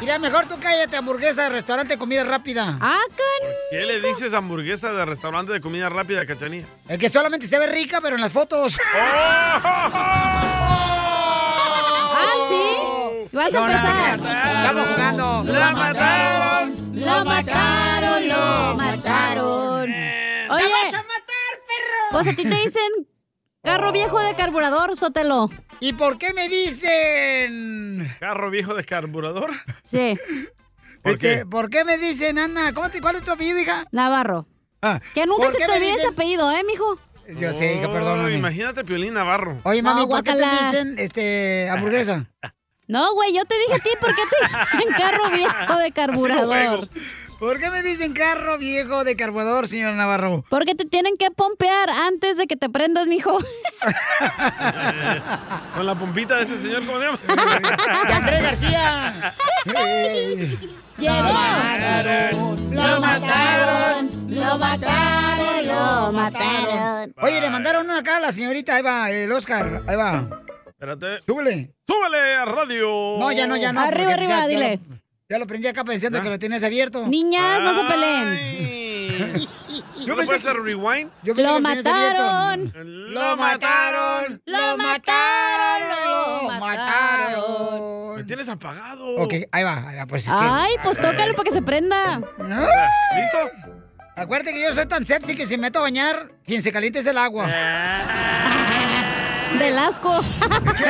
S1: Mira, mejor tú cállate, hamburguesa, restaurante, comida rápida.
S4: Ah, ¡Acan!
S3: ¿Qué le dices hamburguesa de restaurante de comida rápida, Cachanía?
S1: El que solamente se ve rica, pero en las fotos.
S4: Oh, ¡Ah, sí! Vas a empezar.
S1: Estamos jugando.
S2: ¡La mataron!
S4: ¡Lo mataron! ¡Lo mataron!
S1: Eh,
S4: Oye. vas a matar, perro! Pues a ti te dicen carro viejo de carburador, sótelo.
S1: ¿Y por qué me dicen?
S3: ¿Carro viejo de carburador?
S4: Sí.
S3: ¿Por
S1: Este,
S3: qué?
S1: ¿Por qué me dicen, Ana? ¿Cómo te- ¿Cuál es tu apellido, hija?
S4: Navarro. Que nunca
S1: ¿por
S4: se
S1: qué
S4: te
S1: me
S4: olvide ese
S1: dicen?
S4: apellido, ¿eh, mijo?
S1: ah, Yo sé, hija,
S3: Oh,
S1: perdóname.
S3: Imagínate Piolín Navarro.
S1: Oye, mami,
S4: No,
S1: ¿por qué te
S4: guácala.
S1: dicen este, hamburguesa?
S4: No, güey, yo te dije a ti, ¿por qué te dicen carro viejo de carburador?
S1: ¿Por qué me dicen carro viejo de carburador, señor Navarro?
S4: Porque te tienen que pompear antes de que te prendas, mijo.
S3: Con la pompita de ese señor, ¿cómo se llama?
S1: ¡De Andrés García!
S2: ¡Llegó!
S1: ¡Lo
S2: mataron!
S4: ¡Lo mataron! ¡Lo mataron!
S1: Oye, le mandaron una cara a la señorita, ahí va, el Oscar, ahí va.
S3: Espérate.
S1: Súbele.
S3: Súbele a radio.
S1: No, ya no, ya no.
S4: Arriba,
S1: porque
S4: arriba,
S1: ya- ya
S4: dile.
S1: lo- Ya lo prendí acá
S3: Ah.
S1: pensando que lo tenías abierto.
S4: Niñas, no se peleen.
S3: ¿No le puedes hacer rewind?
S1: Yo pensé
S4: Lo
S1: pues que lo tenías abierto.
S4: mataron.
S1: Lo mataron.
S4: Lo mataron.
S1: Lo mataron.
S3: Me tienes apagado.
S1: Ok, ahí va, ahí va, pues es que- Ah.
S4: Ay, pues tócalo para que se prenda.
S3: ¿Listo?
S1: Acuérdate que yo soy tan sepsi que si me meto a bañar, quien se caliente es el agua.
S4: Ah. Del asco.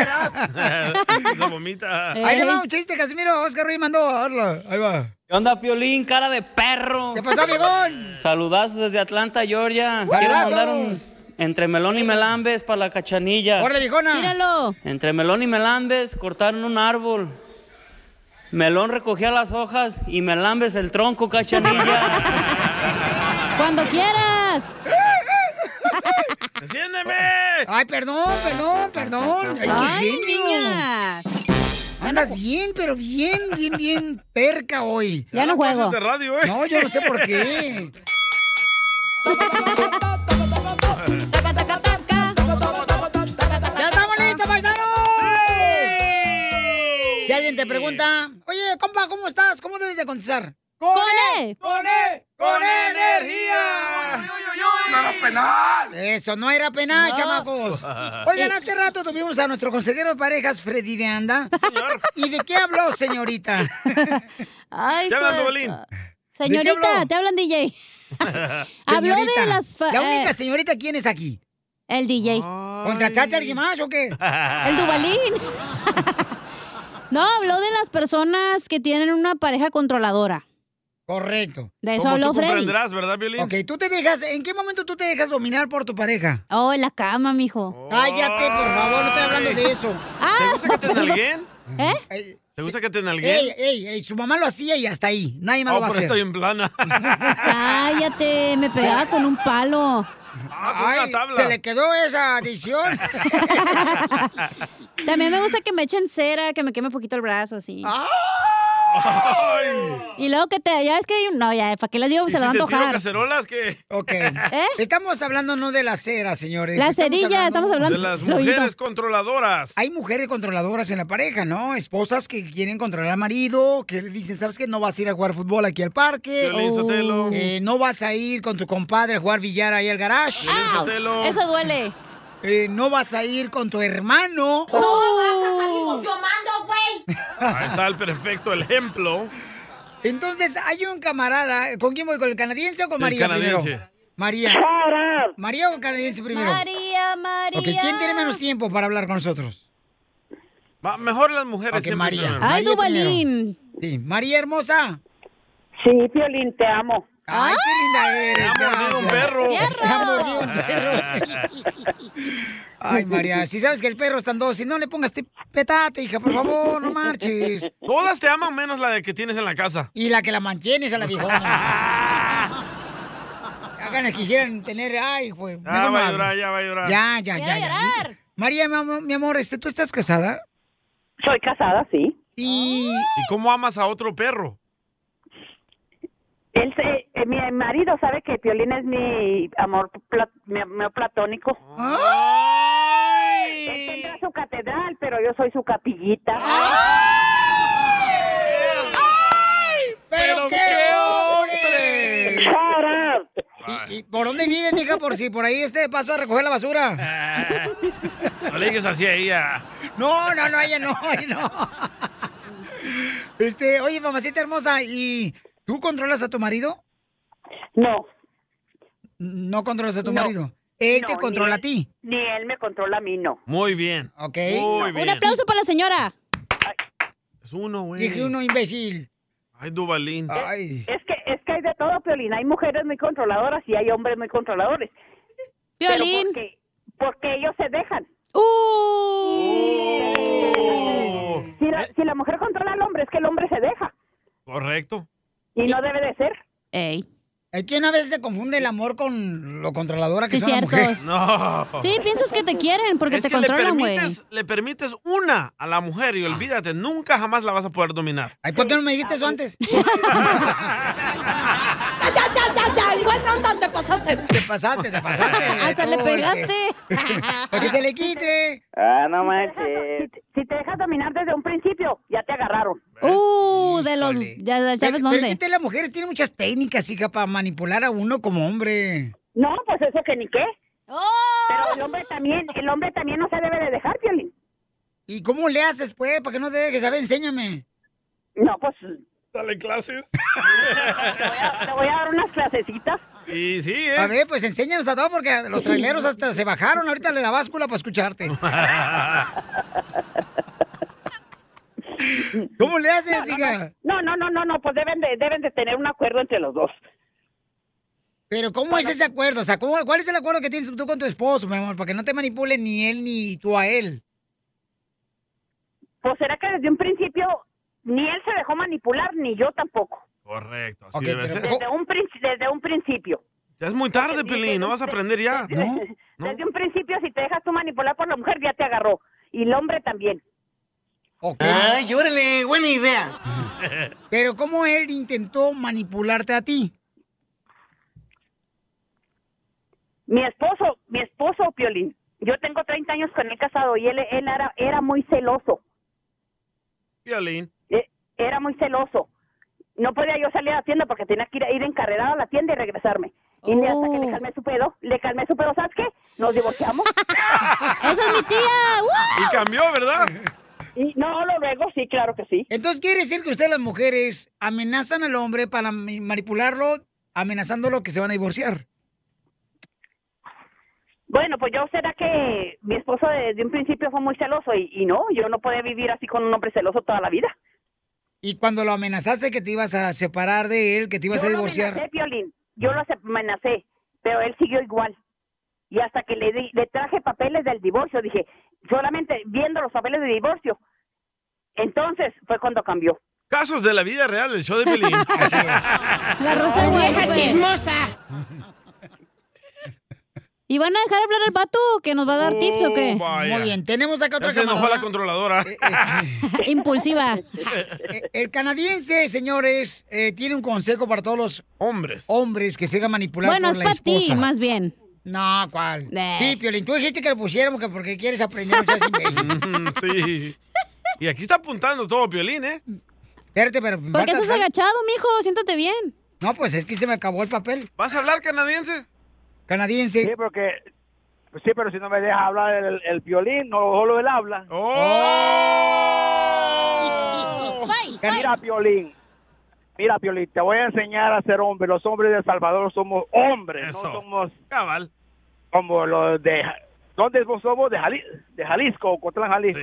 S3: Se vomita.
S1: Ahí le va un chiste, Casimiro. Oscar Ruiz mandó. Hazlo. Ahí va.
S19: ¿Qué onda, Piolín? Cara de perro.
S1: ¿Qué pasó, viejón?
S19: Saludazos desde Atlanta, Georgia. Quiero
S1: Saludazos.
S19: mandar un... Entre melón y melambes para la cachanilla.
S1: ¡Órale, viejona!
S4: ¡Tíralo!
S19: Entre melón y melambes cortaron un árbol. Melón recogía las hojas y melambes el tronco, cachanilla.
S4: Cuando quieras.
S3: ¡Enciéndeme!
S1: Ay, perdón, perdón, perdón. Ay, qué
S4: Ay,
S1: genio.
S4: niña. Ya
S1: Andas bien, pero bien, bien, bien perca hoy.
S4: Ya no juego.
S3: de radio, ¿eh?
S1: No, yo no sé por qué. ¡Ya estamos listos, paisanos! Si alguien te pregunta, oye, compa, ¿cómo estás? ¿Cómo debes de contestar? ¡Con E! ¡Con E! ¡Con energía!
S4: E.
S1: ¡No era penal! Eso, no era penal,
S2: No.
S1: chamacos. Oigan, hace rato tuvimos a nuestro consejero de parejas, Freddy de Anda. ¿Y de qué habló, señorita?
S4: Ay,
S1: Te hablan,
S4: pues,
S1: Duvalín.
S4: ah,
S1: ¿De qué
S4: Señorita,
S1: habló?
S4: te hablan DJ. Habló de
S1: Señorita,
S4: las fa-
S1: La
S4: eh,
S1: única señorita, ¿quién es aquí?
S4: El ¿Eh? DJ.
S1: ¿Contrataste a alguien más o qué?
S4: El Dubalín. No, habló de las personas que tienen una pareja controladora.
S1: Correcto.
S4: De eso habló Freddy.
S1: ¿verdad, Violín? Ok, tú te dejas, ¿en qué momento tú te dejas dominar por tu pareja? Oh.
S4: Oh, en la cama, mijo.
S1: Cállate, por favor, no estoy hablando de eso.
S4: Ah,
S3: ¿Te gusta que te nalguen?
S1: ¿Eh?
S3: ¿Te gusta que te
S1: Ey,
S3: nalguen?
S1: ey, ey, su mamá lo hacía y hasta ahí. Nadie más
S3: Oh,
S1: lo va a
S3: pero
S1: hacer.
S3: estoy en plana.
S4: Cállate, me pegaba con un palo.
S3: Ah,
S1: Ay, se le quedó esa adicción.
S4: También me gusta que me echen cera, que me queme poquito el brazo, así. Y luego que te, ya es que, hay un- no, ya, ¿para qué les digo?
S3: ¿Y
S4: Se la
S3: si te
S4: van a
S3: tiro
S4: antojar.
S3: cacerolas qué?
S1: Ok.
S4: ¿Eh?
S1: Estamos hablando no de la cera, señores.
S4: La
S1: Estamos
S4: cerilla, estamos hablando
S3: De las
S4: del oído.
S3: mujeres controladoras.
S1: Hay mujeres controladoras en la pareja, ¿no? Esposas que quieren controlar al marido, que le dicen, ¿sabes qué? No vas a ir a jugar fútbol aquí al parque.
S3: Piolín
S4: Oh.
S3: Sotelo.
S1: Eh, no vas a ir con tu compadre a jugar billar ahí al garage. Eh,
S3: Sotelo.
S4: Eso duele.
S1: no vas a ir con tu hermano.
S3: Ahí está el perfecto ejemplo.
S1: Entonces, hay un camarada. ¿Con quién voy? ¿Con el canadiense o con
S3: El
S1: María primero?
S3: canadiense.
S1: María. ¿María o canadiense primero?
S4: María, María.
S1: Ok, ¿quién tiene menos tiempo para hablar con nosotros?
S3: mejor las mujeres siempre
S1: María.
S3: primero.
S1: María
S3: Ay,
S4: Dubalín.
S1: primero. Sí, María hermosa.
S14: Sí, Piolín, te amo.
S1: Ay, qué linda eres.
S3: Te ha mordido un
S1: gracias.
S3: perro.
S1: Ah. Te ha mordido un perro. Ay, María, si sabes que el perro está en dos, si no le pongas te- petate, hija, por favor, no marches.
S3: Todas te aman menos la de que tienes en la casa.
S1: Y la que la mantienes a la viejona. Hagan quisieran tener, ay, güey.
S3: Ya va a llorar, ya va a llorar.
S1: Ya, ya, ya. ya. María, mi amor, mi amor, este, ¿tú estás casada?
S14: Soy casada, sí.
S1: Y...
S3: ¿Y cómo amas a otro perro?
S14: Él se- eh, mi marido sabe que Piolín es mi amor pla- mi amor platónico. Él tendrá su catedral, pero yo soy su capillita.
S1: ¡Pero qué hombre! ¿Y, y por dónde vives, mija? Por si por ahí este paso a recoger la basura.
S3: No le digas así a ella.
S1: No, no, no, ella no, ella no. Este, oye, mamacita hermosa, ¿y tú controlas a tu marido?
S14: No.
S1: No controlas a tu
S14: No.
S1: marido. Él
S14: No,
S1: te
S14: ni
S1: controla a
S14: él-
S1: ti.
S14: Ni él me controla a mí, no.
S3: Muy bien.
S1: Ok.
S3: Muy bien.
S4: Un aplauso para la señora.
S3: Es uno, güey.
S1: Dije uno, imbécil.
S3: Ay, Dubalín.
S14: Es que es que hay de todo, Piolín. Hay mujeres muy controladoras y hay hombres muy controladores. Piolín. Porque, porque ellos se dejan.
S2: ¡Uh!
S14: Si,
S1: Eh.
S14: la, si la mujer controla al hombre, es que el hombre se deja.
S3: Correcto.
S14: Y no debe de ser.
S4: Ey.
S1: Es que una vez se confunde el amor con lo controladora que
S4: Sí,
S1: son las
S4: cierto.
S1: mujeres.
S3: No.
S4: Sí, piensas que te quieren porque
S3: Es
S4: te
S3: que le
S4: controlan, güey.
S3: permites- Le permites una a la mujer y olvídate, nunca jamás la vas a poder dominar.
S1: Ah. Ay, ¿por qué no me dijiste eso antes?
S2: ya, ya, ya, ya! ¡Igual no, no, te pasaste!
S1: Te pasaste, te pasaste.
S2: Hasta le
S1: Tú,
S2: pegaste.
S1: este, Para que se le quite.
S14: Ah, no manches. Si te dejas dominar desde un principio, ya te agarraron.
S4: Uh, de los. Ya, ya sabes
S1: Pero- pero
S4: dónde.
S1: quítate, las mujeres tienen muchas técnicas, hija, para manipular a uno como hombre.
S14: No, pues eso que ni qué.
S2: ¡Oh!
S14: Pero el hombre también, el hombre también no se debe de dejar, Piolín.
S1: ¿Y cómo le haces, pues? ¿Para que no te dejes? A ver, enséñame.
S14: No, pues...
S3: Dale clases.
S14: Te voy a dar unas clasecitas.
S3: Y sí, ¿eh?
S1: A ver, pues enséñanos a todos porque los traileros hasta se bajaron ahorita de la báscula para escucharte. ¿Cómo le haces, hija?
S14: No, no, no, no, no, pues deben de, deben de tener un acuerdo entre los dos.
S1: Pero ¿cómo es ese acuerdo? O sea, ¿cómo- ¿cuál es el acuerdo que tienes tú con tu esposo, mi amor? Para que no te manipule ni él ni tú a él.
S14: Pues será que desde un principio ni él se dejó manipular, ni yo tampoco.
S3: Correcto, así
S14: Ok,
S3: debe ser.
S14: Desde un, princi- desde un principio.
S3: Ya es muy tarde,
S14: pues,
S3: Pelín, no vas
S14: este,
S3: a aprender ya.
S14: ¿No? Desde un principio, si te dejas tú manipular por la mujer, ya te agarró. Y el hombre también.
S8: Ay, órale, buena idea.
S1: Pero ¿cómo él intentó manipularte a ti?
S14: Mi esposo, mi esposo, Piolín. Yo tengo 30 años con él casado y él, él era, era muy celoso.
S3: Violín.
S14: Eh, Era muy celoso. No podía yo salir a la tienda porque tenía que ir, ir encarrerada a la tienda y regresarme. Y le- hasta que le calmé su pedo, le calmé su pedo, ¿sabes qué? Nos divorciamos. ¡Esa es mi tía!
S3: Y cambió, ¿verdad?
S1: no, lo luego sí, claro que sí. Entonces quiere decir que ustedes las mujeres amenazan al hombre para mi- manipularlo, amenazándolo que se van a divorciar.
S14: Bueno, pues yo será que mi esposo desde un principio fue muy celoso y, y no, yo no podía vivir así con un hombre celoso toda la vida.
S1: Y cuando lo amenazaste que te ibas a separar de él, que te ibas
S14: Yo
S1: a
S14: lo
S1: divorciar.
S14: amenacé, Piolín. Yo lo se- amenacé, pero él siguió igual. Y hasta que le, di- le traje papeles del divorcio, dije, solamente viendo los papeles de divorcio. Entonces fue cuando cambió.
S3: Casos de la vida real del show de Pelín.
S4: La Rosa de
S21: Vieja
S4: Guadalupe.
S21: chismosa.
S4: ¿Y van a dejar hablar al vato que nos va a dar tips o qué?
S3: vaya. Muy bien,
S1: tenemos acá
S3: Ya se enojó la controladora.
S1: Eh, Impulsiva. Eh, El canadiense, señores, eh, tiene un consejo para todos los
S3: hombres.
S1: Hombres que se hagan manipular
S4: Bueno,
S1: por
S4: es
S1: la
S4: para ti,
S1: esposa.
S4: más bien.
S1: No, ¿cuál? Sí, Piolín, tú dijiste que lo pusiéramos que porque quieres aprender. no seas imbécil.
S3: sí. Y aquí está apuntando todo Piolín, ¿eh?
S1: Espérate, pero...
S4: ¿Por qué
S1: falta-
S4: estás agachado, mijo? Siéntate bien.
S1: No, pues es que se me acabó el papel.
S3: ¿Vas a hablar canadiense?
S1: Canadiense.
S17: Sí, porque. Pues Sí, pero si no me deja hablar el, el violín, no solo él habla.
S3: Oh.
S17: Mira, Piolín. Mira, Piolín, te voy a enseñar a ser hombre. Los hombres de El Salvador somos hombres, no somos
S3: Cabal.
S17: como los de... ¿Dónde vos somos? De, Jali- de Jalisco, Ocotlán, Jalisco.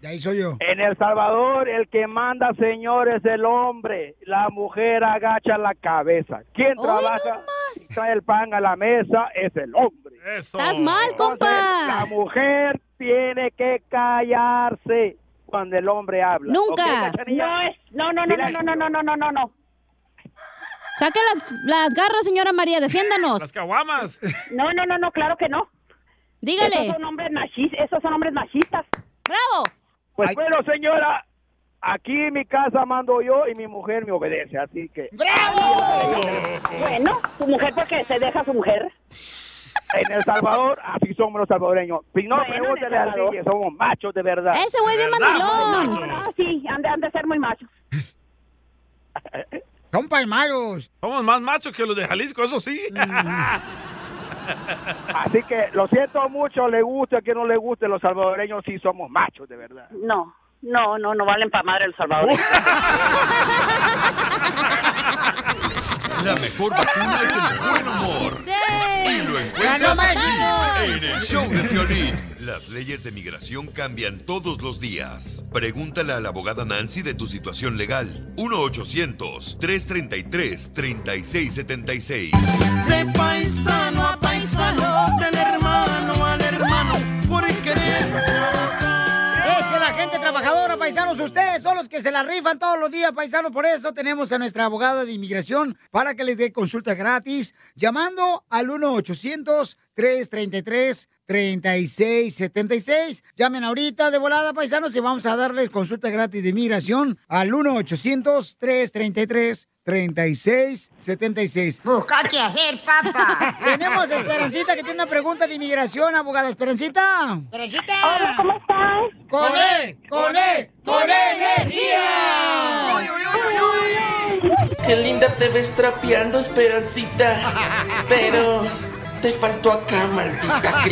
S1: De ahí soy yo.
S17: En El Salvador, el que manda, señor, es el hombre. La mujer agacha la cabeza. Quien trabaja y trae el pan a la mesa es el hombre.
S4: Estás mal, compa.
S17: La mujer tiene que callarse cuando el hombre habla. ¿ok, cachanilla?
S14: No es, no, no, no, no, no, no, no, no, no, no, no.
S4: Saque las, las garras, señora María, defiéndanos. Las
S3: caguamas.
S14: No, no, no, no, claro que no.
S4: Dígale.
S14: Esos son hombres machistas. Esos son hombres machistas.
S4: ¡Bravo!
S17: Pues bueno, señora, aquí en mi casa mando yo y mi mujer me obedece, así que...
S14: Bueno, su mujer porque se deja su mujer.
S17: En El Salvador, así somos los salvadoreños. Si no,
S14: Bueno,
S17: pregúntele
S14: en El
S17: a
S14: Salvador.
S17: Lidia, somos machos de verdad.
S14: Ese güey bien
S17: ¿Verdad?
S14: mandilón.
S17: Somos machos.
S14: Ah, sí, han de, han de ser muy machos.
S1: Son palmaros.
S3: Somos más machos que los de Jalisco, eso sí.
S17: Así que lo siento mucho, le guste a quien no le guste, los salvadoreños sí somos machos de verdad.
S14: No, no, no, no valen para madre El Salvador.
S7: La mejor vacuna es el buen humor. Y lo
S2: ¡Ya lo
S7: encuentras aquí,
S2: mataron!
S7: en el show de violín. Las leyes de migración cambian todos los días. Pregúntale a la abogada Nancy de tu situación legal. 1-800-333-3676.
S2: De paisano a paisano, del hermano al hermano, por querer.
S1: Esa es la gente trabajadora, paisanos. Ustedes son los que se la rifan todos los días, paisanos. Por eso tenemos a nuestra abogada de inmigración para que les dé consulta gratis llamando al 1-800-333-3676. Llamen ahorita de volada, paisanos, y vamos a darles consulta gratis de inmigración al 1-800-333-3676.
S21: Busca qué hacer, papá.
S1: Tenemos a Esperancita que tiene una pregunta de inmigración, abogada. Esperancita. Esperancita.
S2: Hola,
S1: ¿cómo estás? Con él, con él, con E energía.
S2: Qué linda te ves trapeando, Esperancita. Pero te faltó acá, maldita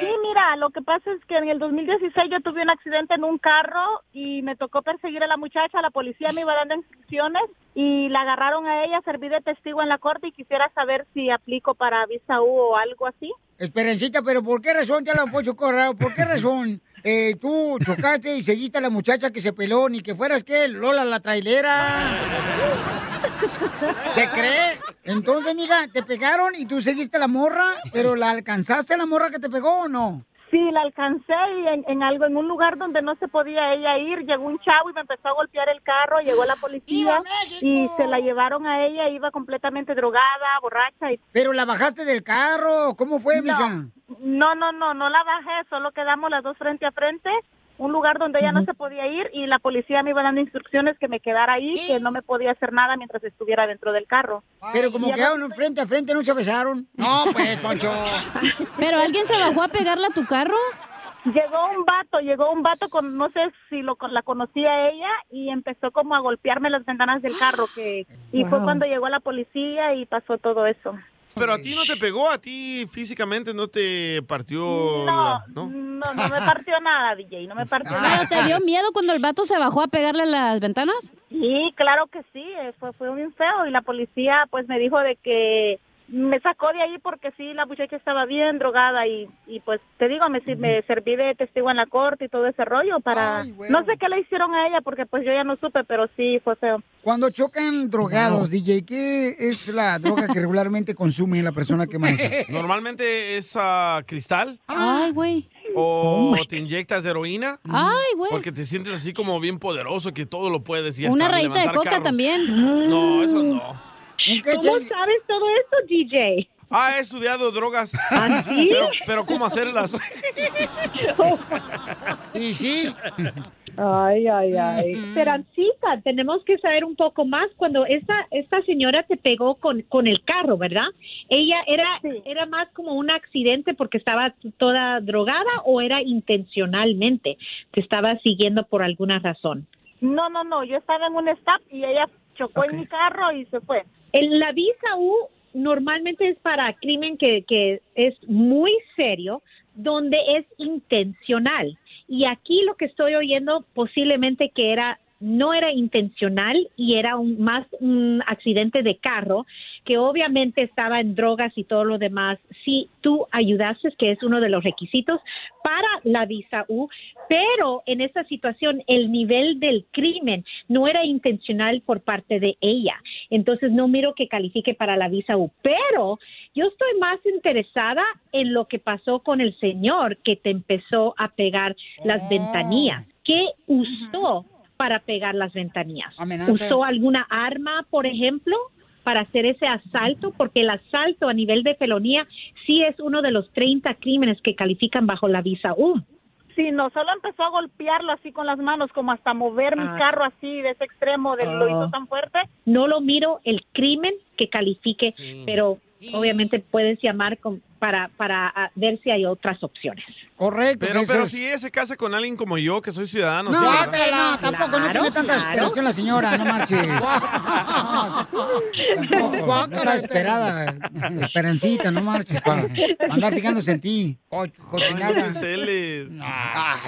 S26: Sí, mira, lo que pasa es que en el 2016 yo tuve un accidente en un carro y me tocó perseguir a la muchacha, la policía me iba dando instrucciones y la agarraron a ella, serví de testigo en la corte y quisiera saber si aplico para visa U o algo así.
S1: Esperancita, pero ¿por qué razón te habla Pocho Corrado? ¿Por qué razón eh, tú chocaste y seguiste a la muchacha que se peló ni que fueras que Lola la trailera? ¿Te crees? Entonces, mija, te pegaron y tú seguiste a la morra, pero ¿la alcanzaste a la morra que te pegó o no?
S23: Sí, la alcancé y en, en algo, en un lugar donde no se podía ella ir, llegó un chavo y me empezó a golpear el carro, llegó la policía y se la llevaron a ella, iba completamente drogada, borracha. Y...
S1: Pero la bajaste del carro, ¿cómo fue, mija?
S23: No, no, no, no la bajé, solo quedamos las dos frente a frente, un lugar donde ella no se podía ir y la policía me iba dando instrucciones que me quedara ahí, que no me podía hacer nada mientras estuviera dentro del carro.
S1: Pero como quedaron frente a frente, ¿no se besaron? No, pues, Poncho.
S4: ¿Pero alguien se bajó a pegarle a tu carro?
S23: Llegó un vato, llegó un vato con, no sé si lo, con- la conocía ella y empezó como a golpearme las ventanas del carro que, y fue
S3: Wow.
S23: cuando llegó la policía y pasó todo eso.
S3: Pero a ti no te pegó, a ti físicamente no te partió. la- ¿no?
S23: No, no me partió nada, DJ, no me partió nada.
S4: ¿Pero te dio miedo cuando el vato se bajó a pegarle a las ventanas?
S23: Sí, claro que sí, eh, fue, fue bien feo y la policía pues me dijo de que me sacó de ahí porque sí, la muchacha estaba bien drogada y, y pues te digo, me, sir- me serví de testigo en la corte y todo ese rollo para... No sé qué le hicieron a ella porque pues yo ya no supe, pero sí fue feo.
S1: Cuando chocan drogados,
S23: Wow.
S1: DJ, ¿qué es la droga que regularmente consume la persona que maneja?
S3: Normalmente es ah, cristal.
S4: Ay, güey.
S3: O te inyectas heroína.
S4: Ay, güey.
S3: Porque te sientes así como bien poderoso que todo lo puedes. Y
S4: Una
S3: hasta
S4: rayita de
S3: levantar
S4: coca
S3: carros.
S4: también.
S3: No, eso no.
S4: ¿Cómo
S23: sabes todo esto, DJ?
S3: Ah, he estudiado drogas.
S23: sí?
S3: Pero, pero ¿cómo hacerlas?
S1: y sí.
S10: Ay, ay, ay. Esperancita, tenemos que saber un poco más. Cuando esta, esta señora te pegó con, con el carro, ¿verdad? ¿Ella era, era más como un accidente porque estaba t- toda drogada o era intencionalmente? ¿Te estaba siguiendo por alguna razón?
S23: No, no, no, yo estaba en un stop y ella chocó en mi carro y se fue. Eh,
S10: El- la visa U normalmente es para crimen que, que es muy serio, donde es intencional. Y aquí lo que estoy oyendo posiblemente que era no era intencional y era un, más un accidente de carro que obviamente estaba en drogas y todo lo demás. Si tú ayudaste, que es uno de los requisitos para la visa U, pero en esta situación el nivel del crimen no era intencional por parte de ella. Entonces no miro que califique para la visa U, pero yo estoy más interesada en lo que pasó con el señor que te empezó a pegar las ventanillas. ¿Qué usó para pegar las ventanillas? ¿Usó alguna arma, por ejemplo? para hacer ese asalto, porque el asalto a nivel de felonía sí es uno de los 30 crímenes que califican bajo la visa U.
S23: Sí, no, solo empezó a golpearlo así con las manos, como hasta mover mi
S10: Ah.
S23: carro así de ese extremo, del lo hizo
S10: Ah.
S23: tan fuerte.
S10: no lo miro el crimen que califique, pero obviamente puedes llamar con- para, para ah, ver si hay otras opciones.
S1: Correcto.
S3: Pero,
S10: que
S3: pero
S10: esos-
S3: si ella se casa con alguien como yo, que soy ciudadano.
S1: No,
S3: sí, ¿verdad?
S1: hombre, no, tampoco no
S3: Claro,
S1: tiene tanta
S3: claro.
S1: desesperación la señora, no marches. Tampoco, Oh, no está desesperada, esperancita, no marches para andar fijándose en ti. Co- Cochinada. Ay,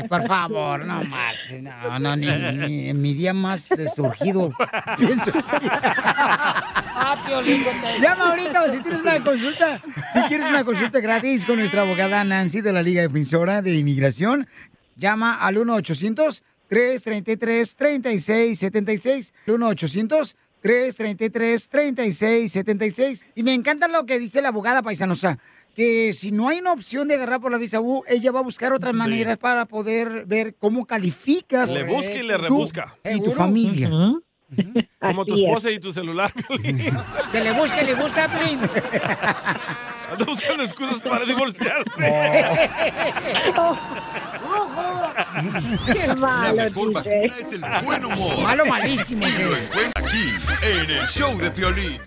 S1: por favor, no marches, no, no, ni, ni en mi día más eh, surgido pienso.
S2: Ah,
S1: Llama ahorita o si tienes una consulta. Si quieres una consulta gratis con nuestra abogada Nancy de la Liga Defensora de Inmigración, llama al 1-800-333-3676. 1-800-333-3676. Y me encanta lo que dice la abogada paisanosa. Que si no hay una opción de agarrar por la visa U, ella va a buscar otras maneras para poder ver cómo calificas.
S3: Le busca y le
S1: tú
S3: rebusca.
S1: Y tu familia.
S3: Como tu
S1: Así es.
S3: esposa y tu celular.
S1: Que le busque, le busca, Prim.
S3: Anda buscando excusas para divorciarse.
S2: Qué
S7: la mejor vacuna es el buen humor.
S2: Malo malísimo,
S7: Y lo encuentra aquí, en el show de Piolín.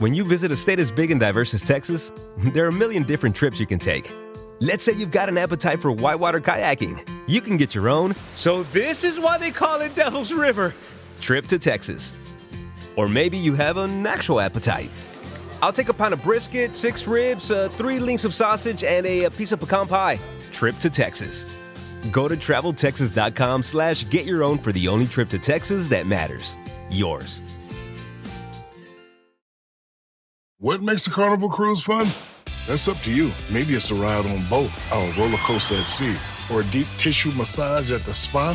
S28: When you visit a state as big and diverse as Texas, there are a million different trips you can take. Let's say you've got an appetite for whitewater kayaking. You can get your own. So this is why they call it Devil's River. Trip to Texas. Or maybe you have an actual appetite. I'll take a pound of brisket, six ribs, uh, three links of sausage, and a, a piece of pecan pie. Trip to Texas. Go to traveltexas.com slash get your own for the only trip to Texas that matters. Yours.
S20: What makes a carnival cruise fun? That's up to you. Maybe it's a ride on boat, a roller coaster at sea, or a deep tissue massage at the spa.